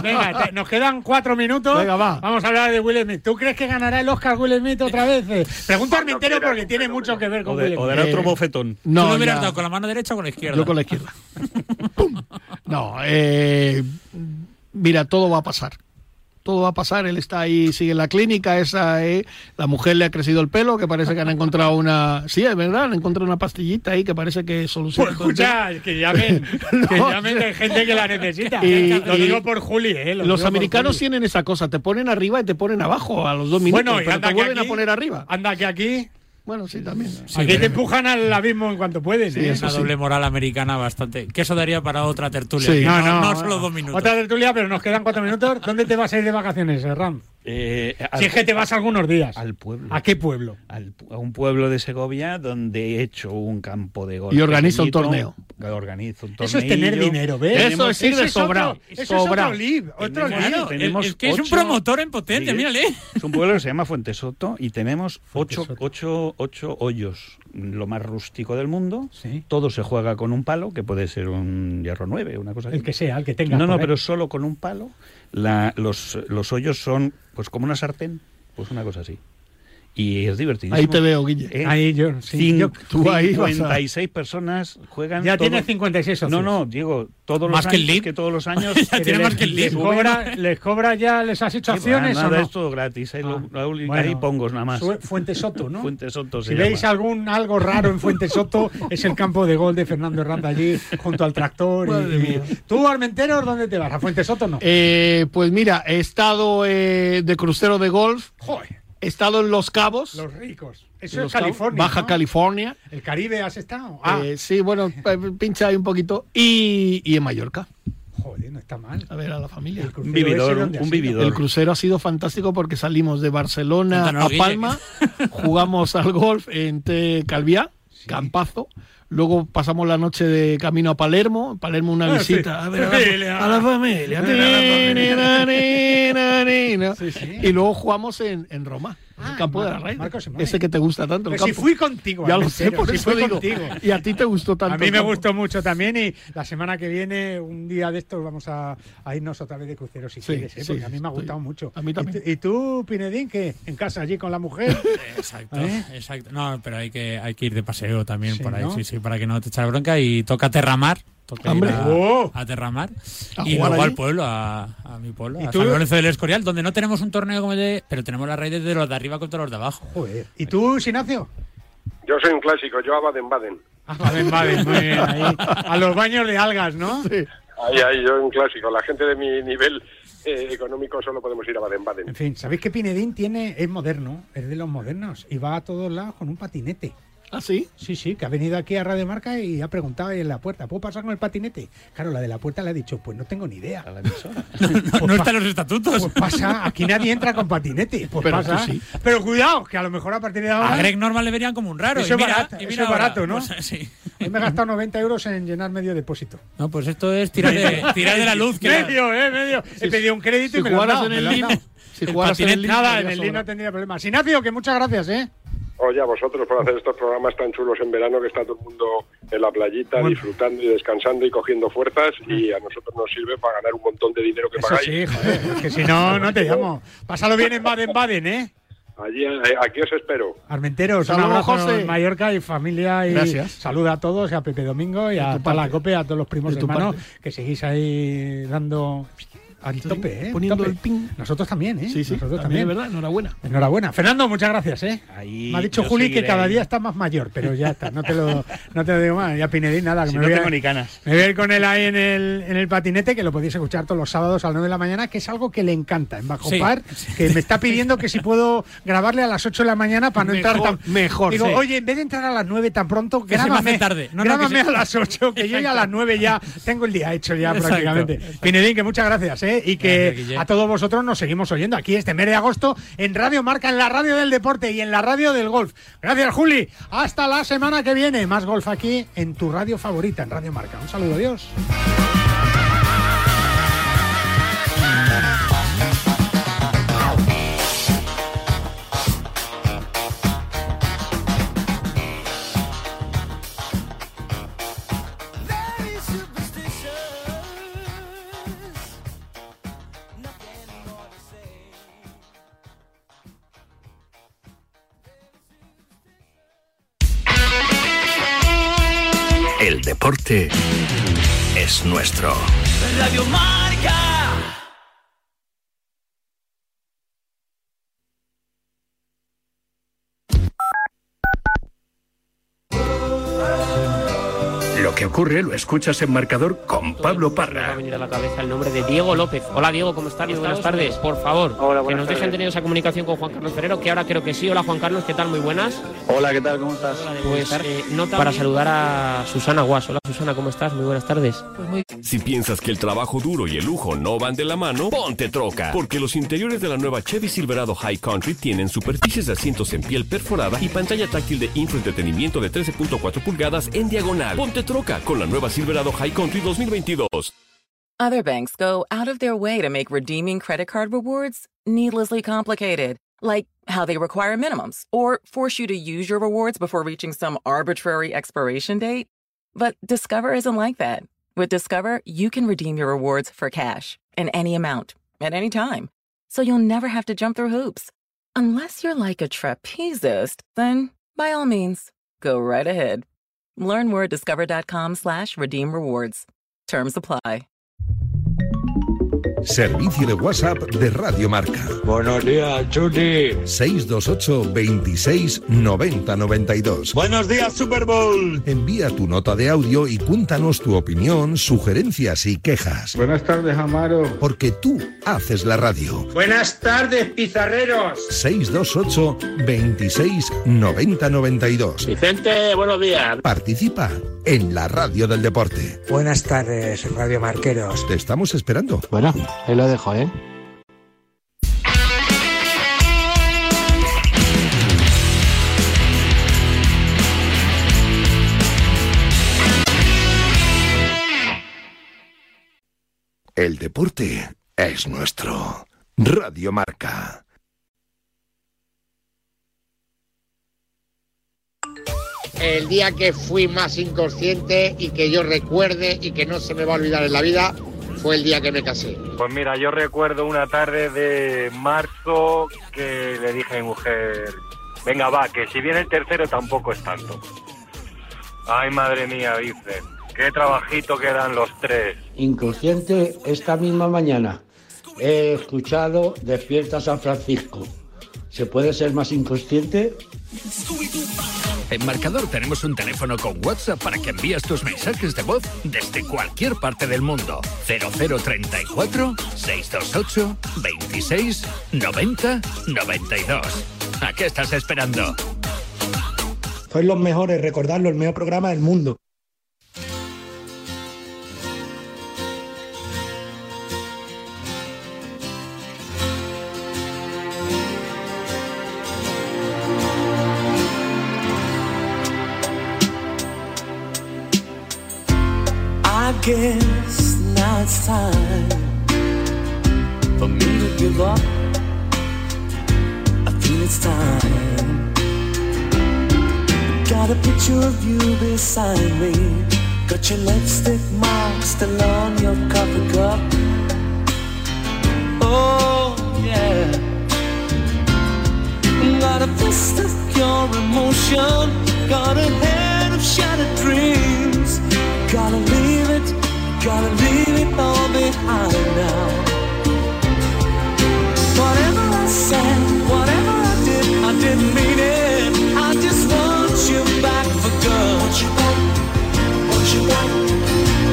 Venga, te- nos quedan cuatro minutos.
Venga, va.
Vamos a hablar de Will Smith. ¿Tú crees que ganará el Oscar Will Smith otra vez? Eh, Pregunta a Armentero porque tiene mucho que ver con Will Smith.
otro bofetón.
No,
No,
¿Tú lo hubieras
ya.
dado con la mano derecha o con la izquierda?
Yo con la izquierda. ¡Pum! No, eh, mira, todo va a pasar. Todo va a pasar. Él está ahí, sigue en la clínica. Esa, eh, la mujer le ha crecido el pelo, que parece que han encontrado una. Sí, es verdad, han encontrado una pastillita ahí que parece que soluciona.
Pues
todo el tema.
escucha, que llamen, que
No.
llamen de gente que la necesita.
Y-
lo
y-
digo por Juli, eh, lo digo
los
por
americanos
Juli.
tienen esa cosa, te ponen arriba y te ponen abajo a los dos minutos,
Bueno, y
pero
anda
te
que
vuelven
aquí-
a poner arriba.
Anda que aquí.
Bueno, sí, también.
aquí te empujan al abismo en cuanto pueden.
Sí,
eh.
una doble moral americana bastante. Que eso daría para otra tertulia.
Sí.
No,
No,
no,
no,
solo dos minutos.
Otra tertulia, pero nos quedan cuatro minutos. ¿Dónde te vas a ir de vacaciones, eh, Ram?
Eh,
Si es que te vas algunos días.
Al pueblo.
¿A qué pueblo?
al- a un pueblo de Segovia donde he hecho un campo de golf.
Y organiza un
pequeñito, Organiza un torneo.
Eso es tener dinero, ¿ves?
Eso es ir de sobrado, sobrado.
otro
Tenemos-
lío.
tenemos
Es que es un
ocho-
promotor en potencia,
Sí,
mírale.
Es un pueblo que se llama Fuente Soto y tenemos ocho, ocho, ocho hoyos, lo más rústico del mundo. Todo se juega con un palo, que puede ser un hierro 9, una cosa
El
así.
que sea, el que tenga.
No, no,
por ahí.
pero solo con un palo. La- los, los hoyos son pues como una sartén, pues una cosa así. Y es divertidísimo.
Ahí te veo, Guille.
Eh,
Ahí yo, sí,
cin-
yo-
tú ahí vas a-
56 personas juegan.
Ya
todo-
tienes 56 socios.
No, no, Diego, todos los
Más que el
años,
Lib.
que todos los años.
Ya tiene más que el
les
¿Les
Lib.
suben-
cobra, ¿Les cobra ya? ¿Les has hecho
Sí,
acciones
nada,
o no? Ah.
es todo gratis. Ahí, lo- ahí
bueno.
pongo nada más.
Sue- Fuente Soto, ¿no?
Fuente Soto se
Si veis
llama.
algún algo raro en Fuente Soto, es el campo de gol de Fernando Herrán de allí junto al tractor. y-
Madre
y-
mía.
¿Tú, Armenteros, dónde te vas? ¿A Fuente Soto no?
Eh, pues mira, he estado eh, de crucero de golf,
Joder,
he estado en Los Cabos.
los ricos. Eso es
Los Cabos,
California.
Baja
¿no?
California.
¿El Caribe has estado? Ah,
Eh, sí, bueno, p- p- pincha ahí un poquito. Y, y en Mallorca,
joder, no está mal.
a ver a la familia.
Un vividor, un, un vividor.
El crucero ha sido fantástico porque salimos de Barcelona
Cuéntanos,
a
Guille.
Palma, jugamos al golf en Te- Calviá, Campazo. Luego pasamos la noche de camino a Palermo, en Palermo una
Ah, sí.
visita a, ver, a
Familia.
la, a la familia.
Familia.
Ni, ni, ni, ni, ni.
Sí, sí.
Y luego jugamos en, en Roma, en
Ah,
el campo de la
Mar-
Reina,
Marcos Simone.
ese que te gusta tanto. el
Pero si
campo.
fui contigo.
ya lo
Armentero,
sé, por
si
eso
fui
digo.
contigo.
Y a ti te gustó tanto.
A mí
el
me
campo.
gustó mucho también y la semana que viene, un día de estos, vamos a, a irnos otra vez de crucero si
Sí,
quieres, ¿eh?
sí,
porque a mí me ha
estoy-
gustado mucho.
a mí
¿Y
también.
tú- ¿Y tú, Pinedín, que en casa allí con la mujer?
Exacto,
¿Eh?
exacto. No, pero hay que, hay que ir de paseo también
Sí,
por ahí,
¿no?
sí, sí, para que no te eches bronca y toca aterramar. Toca
Hombre.
ir a,
¡Oh!
a aterramar.
¿A
y
jugar
luego
allí?
al pueblo, a, a mi pueblo,
¿Y
a
tú?
San Lorenzo del Escorial, donde no tenemos un torneo como el de. Pero tenemos las redes de los de arriba contra los de abajo.
Joder. ¿Y tú, Sinacio?
Yo soy un clásico, yo a Baden-Baden.
Ah, vale, vale, muy bien. ahí. A los baños de algas, ¿no?
Ahí, ahí, yo un clásico. La gente de mi nivel eh, económico solo podemos ir a Baden-Baden.
En fin, ¿sabéis que Pinedín tiene, es moderno, es de los modernos y va a todos lados con un patinete?
¿Ah, sí?
Sí, sí, que ha venido aquí a Radio Marca y ha preguntado ahí en la puerta, ¿puedo pasar con el patinete? Claro, la de la puerta le ha dicho, pues no tengo ni idea.
a la emisora.
No, no están los estatutos.
Pues pasa, aquí nadie entra con patinete. Pues
Pero
pasa.
tú sí.
Pero cuidado, que a lo mejor a partir de ahora.
A Greg Norman le verían como un raro.
Eso
y
es
mira,
barato,
y mira
eso es
ahora.
barato, ¿no?
Pues, sí.
Hoy me he gastado 90 euros en llenar medio depósito.
No, pues esto es tirar de, tirar de la luz. Que
medio, eh, medio. He pedido un crédito
Si
y me lo han
jugaras
dado.
en
me
el
lo han
Lille-
dado.
si
El
jugaras en el
patinete,
Lille,
Nada, en
estaría
el Lille no
sobrado.
tendría problema. Sinacio, que muchas gracias, ¿eh?
Oye, a vosotros por hacer estos programas tan chulos en verano que está todo el mundo en la playita disfrutando y descansando y cogiendo fuerzas y a nosotros nos sirve para ganar un montón de dinero que
Eso
pagáis.
sí, joder, es que si no, no te llamo. Pásalo bien en Baden-Baden, ¿eh?
Allí, eh, aquí os espero.
Armenteros,
Hasta
un
luego,
abrazo
José.
en Mallorca y familia. Y
Gracias.
Saluda a todos, y a Pepe Domingo y
De
a
tu
Pala
parte.
Cope, a todos los primos
De
de
tu
hermanos
parte.
que seguís ahí dando al tope, ¿eh?
Poniendo
Tope.
el ping.
Nosotros también, ¿eh?
Sí, sí,
Nosotros
también,
también.
es verdad, enhorabuena.
Enhorabuena. Fernando, muchas gracias, ¿eh?
Ahí
me ha dicho
yo
Juli que
seguiré
cada
ahí.
día está más mayor, pero ya está, no te lo, no te lo digo más. Ya Pinedín, nada, que
Si
me
no
voy a-
tengo ni canas.
me voy a ir con él ahí en el, en el patinete, que lo podéis escuchar todos los sábados a las 9 de la mañana, que es algo que le encanta en Bajo
Sí.
Par, que me está pidiendo que si puedo grabarle a las 8 de la mañana para no entrar
Mejor,
tan...
mejor,
Digo,
sí.
oye, en vez de entrar a las 9 tan pronto,
Que se me hace
grábame,
tarde. No, no,
grábame
que se-
a las 8, que yo ya a las 9 ya tengo el día hecho ya
Exacto,
prácticamente. Pinedín, que muchas gracias, ¿eh? Y que
Gracias, Guille.
a todos vosotros nos seguimos oyendo aquí este mes de agosto en Radio Marca, en la radio del deporte y en la radio del golf. Gracias, Juli. Hasta la semana que viene. Más golf aquí en tu radio favorita, en Radio Marca. Un saludo, adiós.
deporte es nuestro.
Radio Marca.
Lo que ocurre lo escuchas en marcador con Pablo Parra.
venido a la cabeza el nombre de Diego López. Hola Diego, ¿cómo estás? Muy buenas tardes, por favor. que nos dejen tener esa comunicación con Juan Carlos Ferrero, que ahora creo que sí. Hola Juan Carlos, ¿qué tal? Muy buenas.
Hola, ¿qué tal? ¿Cómo estás?
Pues eh, nota para saludar a Susana Guas. Hola Susana, ¿cómo estás? Muy buenas tardes.
Si piensas que el trabajo duro y el lujo no van de la mano, ponte troca. Porque los interiores de la nueva Chevy Silverado High Country tienen superficies de asientos en piel perforada y pantalla táctil de infoentretenimiento de 13.4 pulgadas en diagonal. Ponte troca con la nueva Silverado High Country 2022.
Other banks go out of their way to make redeeming credit card rewards needlessly complicated, like how they require minimums or force you to use your rewards before reaching some arbitrary expiration date. But Discover isn't like that. With Discover, you can redeem your rewards for cash in any amount at any time. So you'll never have to jump through hoops. Unless you're like a trapezist, then by all means, go right ahead. Learn more at discover.com slash redeem rewards. Terms apply.
Servicio de WhatsApp de Radio Marca. Buenos días, Chuti. 628 26 90 92. Buenos días, Super Bowl. Envía tu nota de audio y cuéntanos tu opinión, sugerencias y quejas. Buenas tardes, Amaro. Porque tú haces la radio.
Buenas tardes, pizarreros.
628 26 90 92.
Vicente, buenos días.
Participa en la radio del deporte.
Buenas tardes, Radio Marqueros.
Te estamos esperando.
Bueno, ahí lo dejo, ¿eh?
El deporte es nuestro. Radio Marca.
El día que fui más inconsciente y que yo recuerde y que no se me va a olvidar en la vida fue el día que me casé.
Pues mira, yo recuerdo una tarde de marzo que le dije a mi mujer, venga va, que si viene el tercero tampoco es tanto. Ay, madre mía, dice, qué trabajito que dan los tres.
Inconsciente, esta misma mañana he escuchado Despierta San Francisco. ¿Se puede ser más inconsciente?
En Marcador tenemos un teléfono con WhatsApp para que envíes tus mensajes de voz desde cualquier parte del mundo. 0034 628 26 90 92. ¿A qué estás esperando?
Sois los mejores, recordarlo, el mejor programa del mundo.
I guess now it's time for me to give up. I feel it's time. Got a picture of you beside me. Got your lipstick mark still on your coffee cup. Oh yeah. Got a fist of your emotion. Got a head of shattered dreams. Gotta leave it, gotta leave it all behind now. Whatever I said, whatever I did, I didn't mean it. I just want you back for good. Want you back, want you back,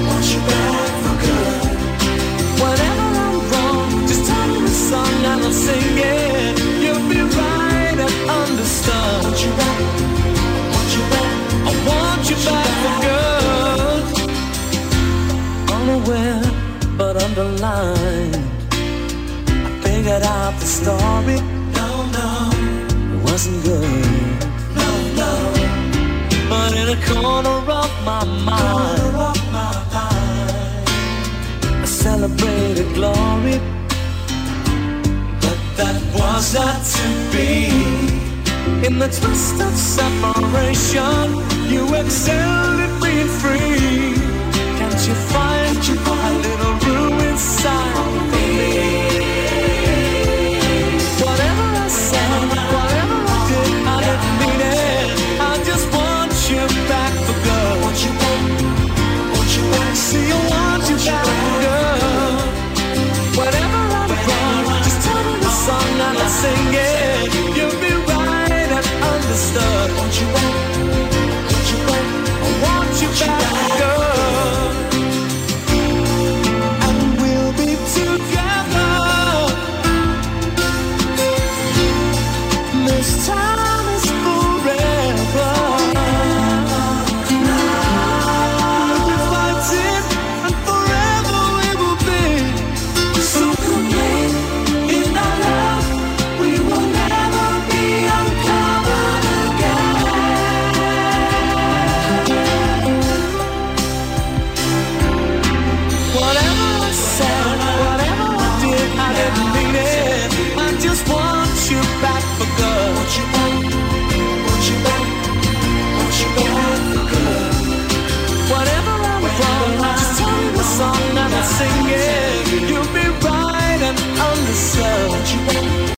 want you back for good. Whenever I'm wrong, just tell me the song and I'll sing it. You'll be right and understood. Want you back, want you back, I want you back for good. Unaware, but underlined. I figured out the story. No, no, it wasn't good. No, no. But in a corner of my mind, I celebrated glory. But that was not to be. In the twist of separation, you excelled at being free. Can't you find a little room inside for me? Whatever I said, whatever I did, I didn't mean it. I just want you back for good. Want you back, see a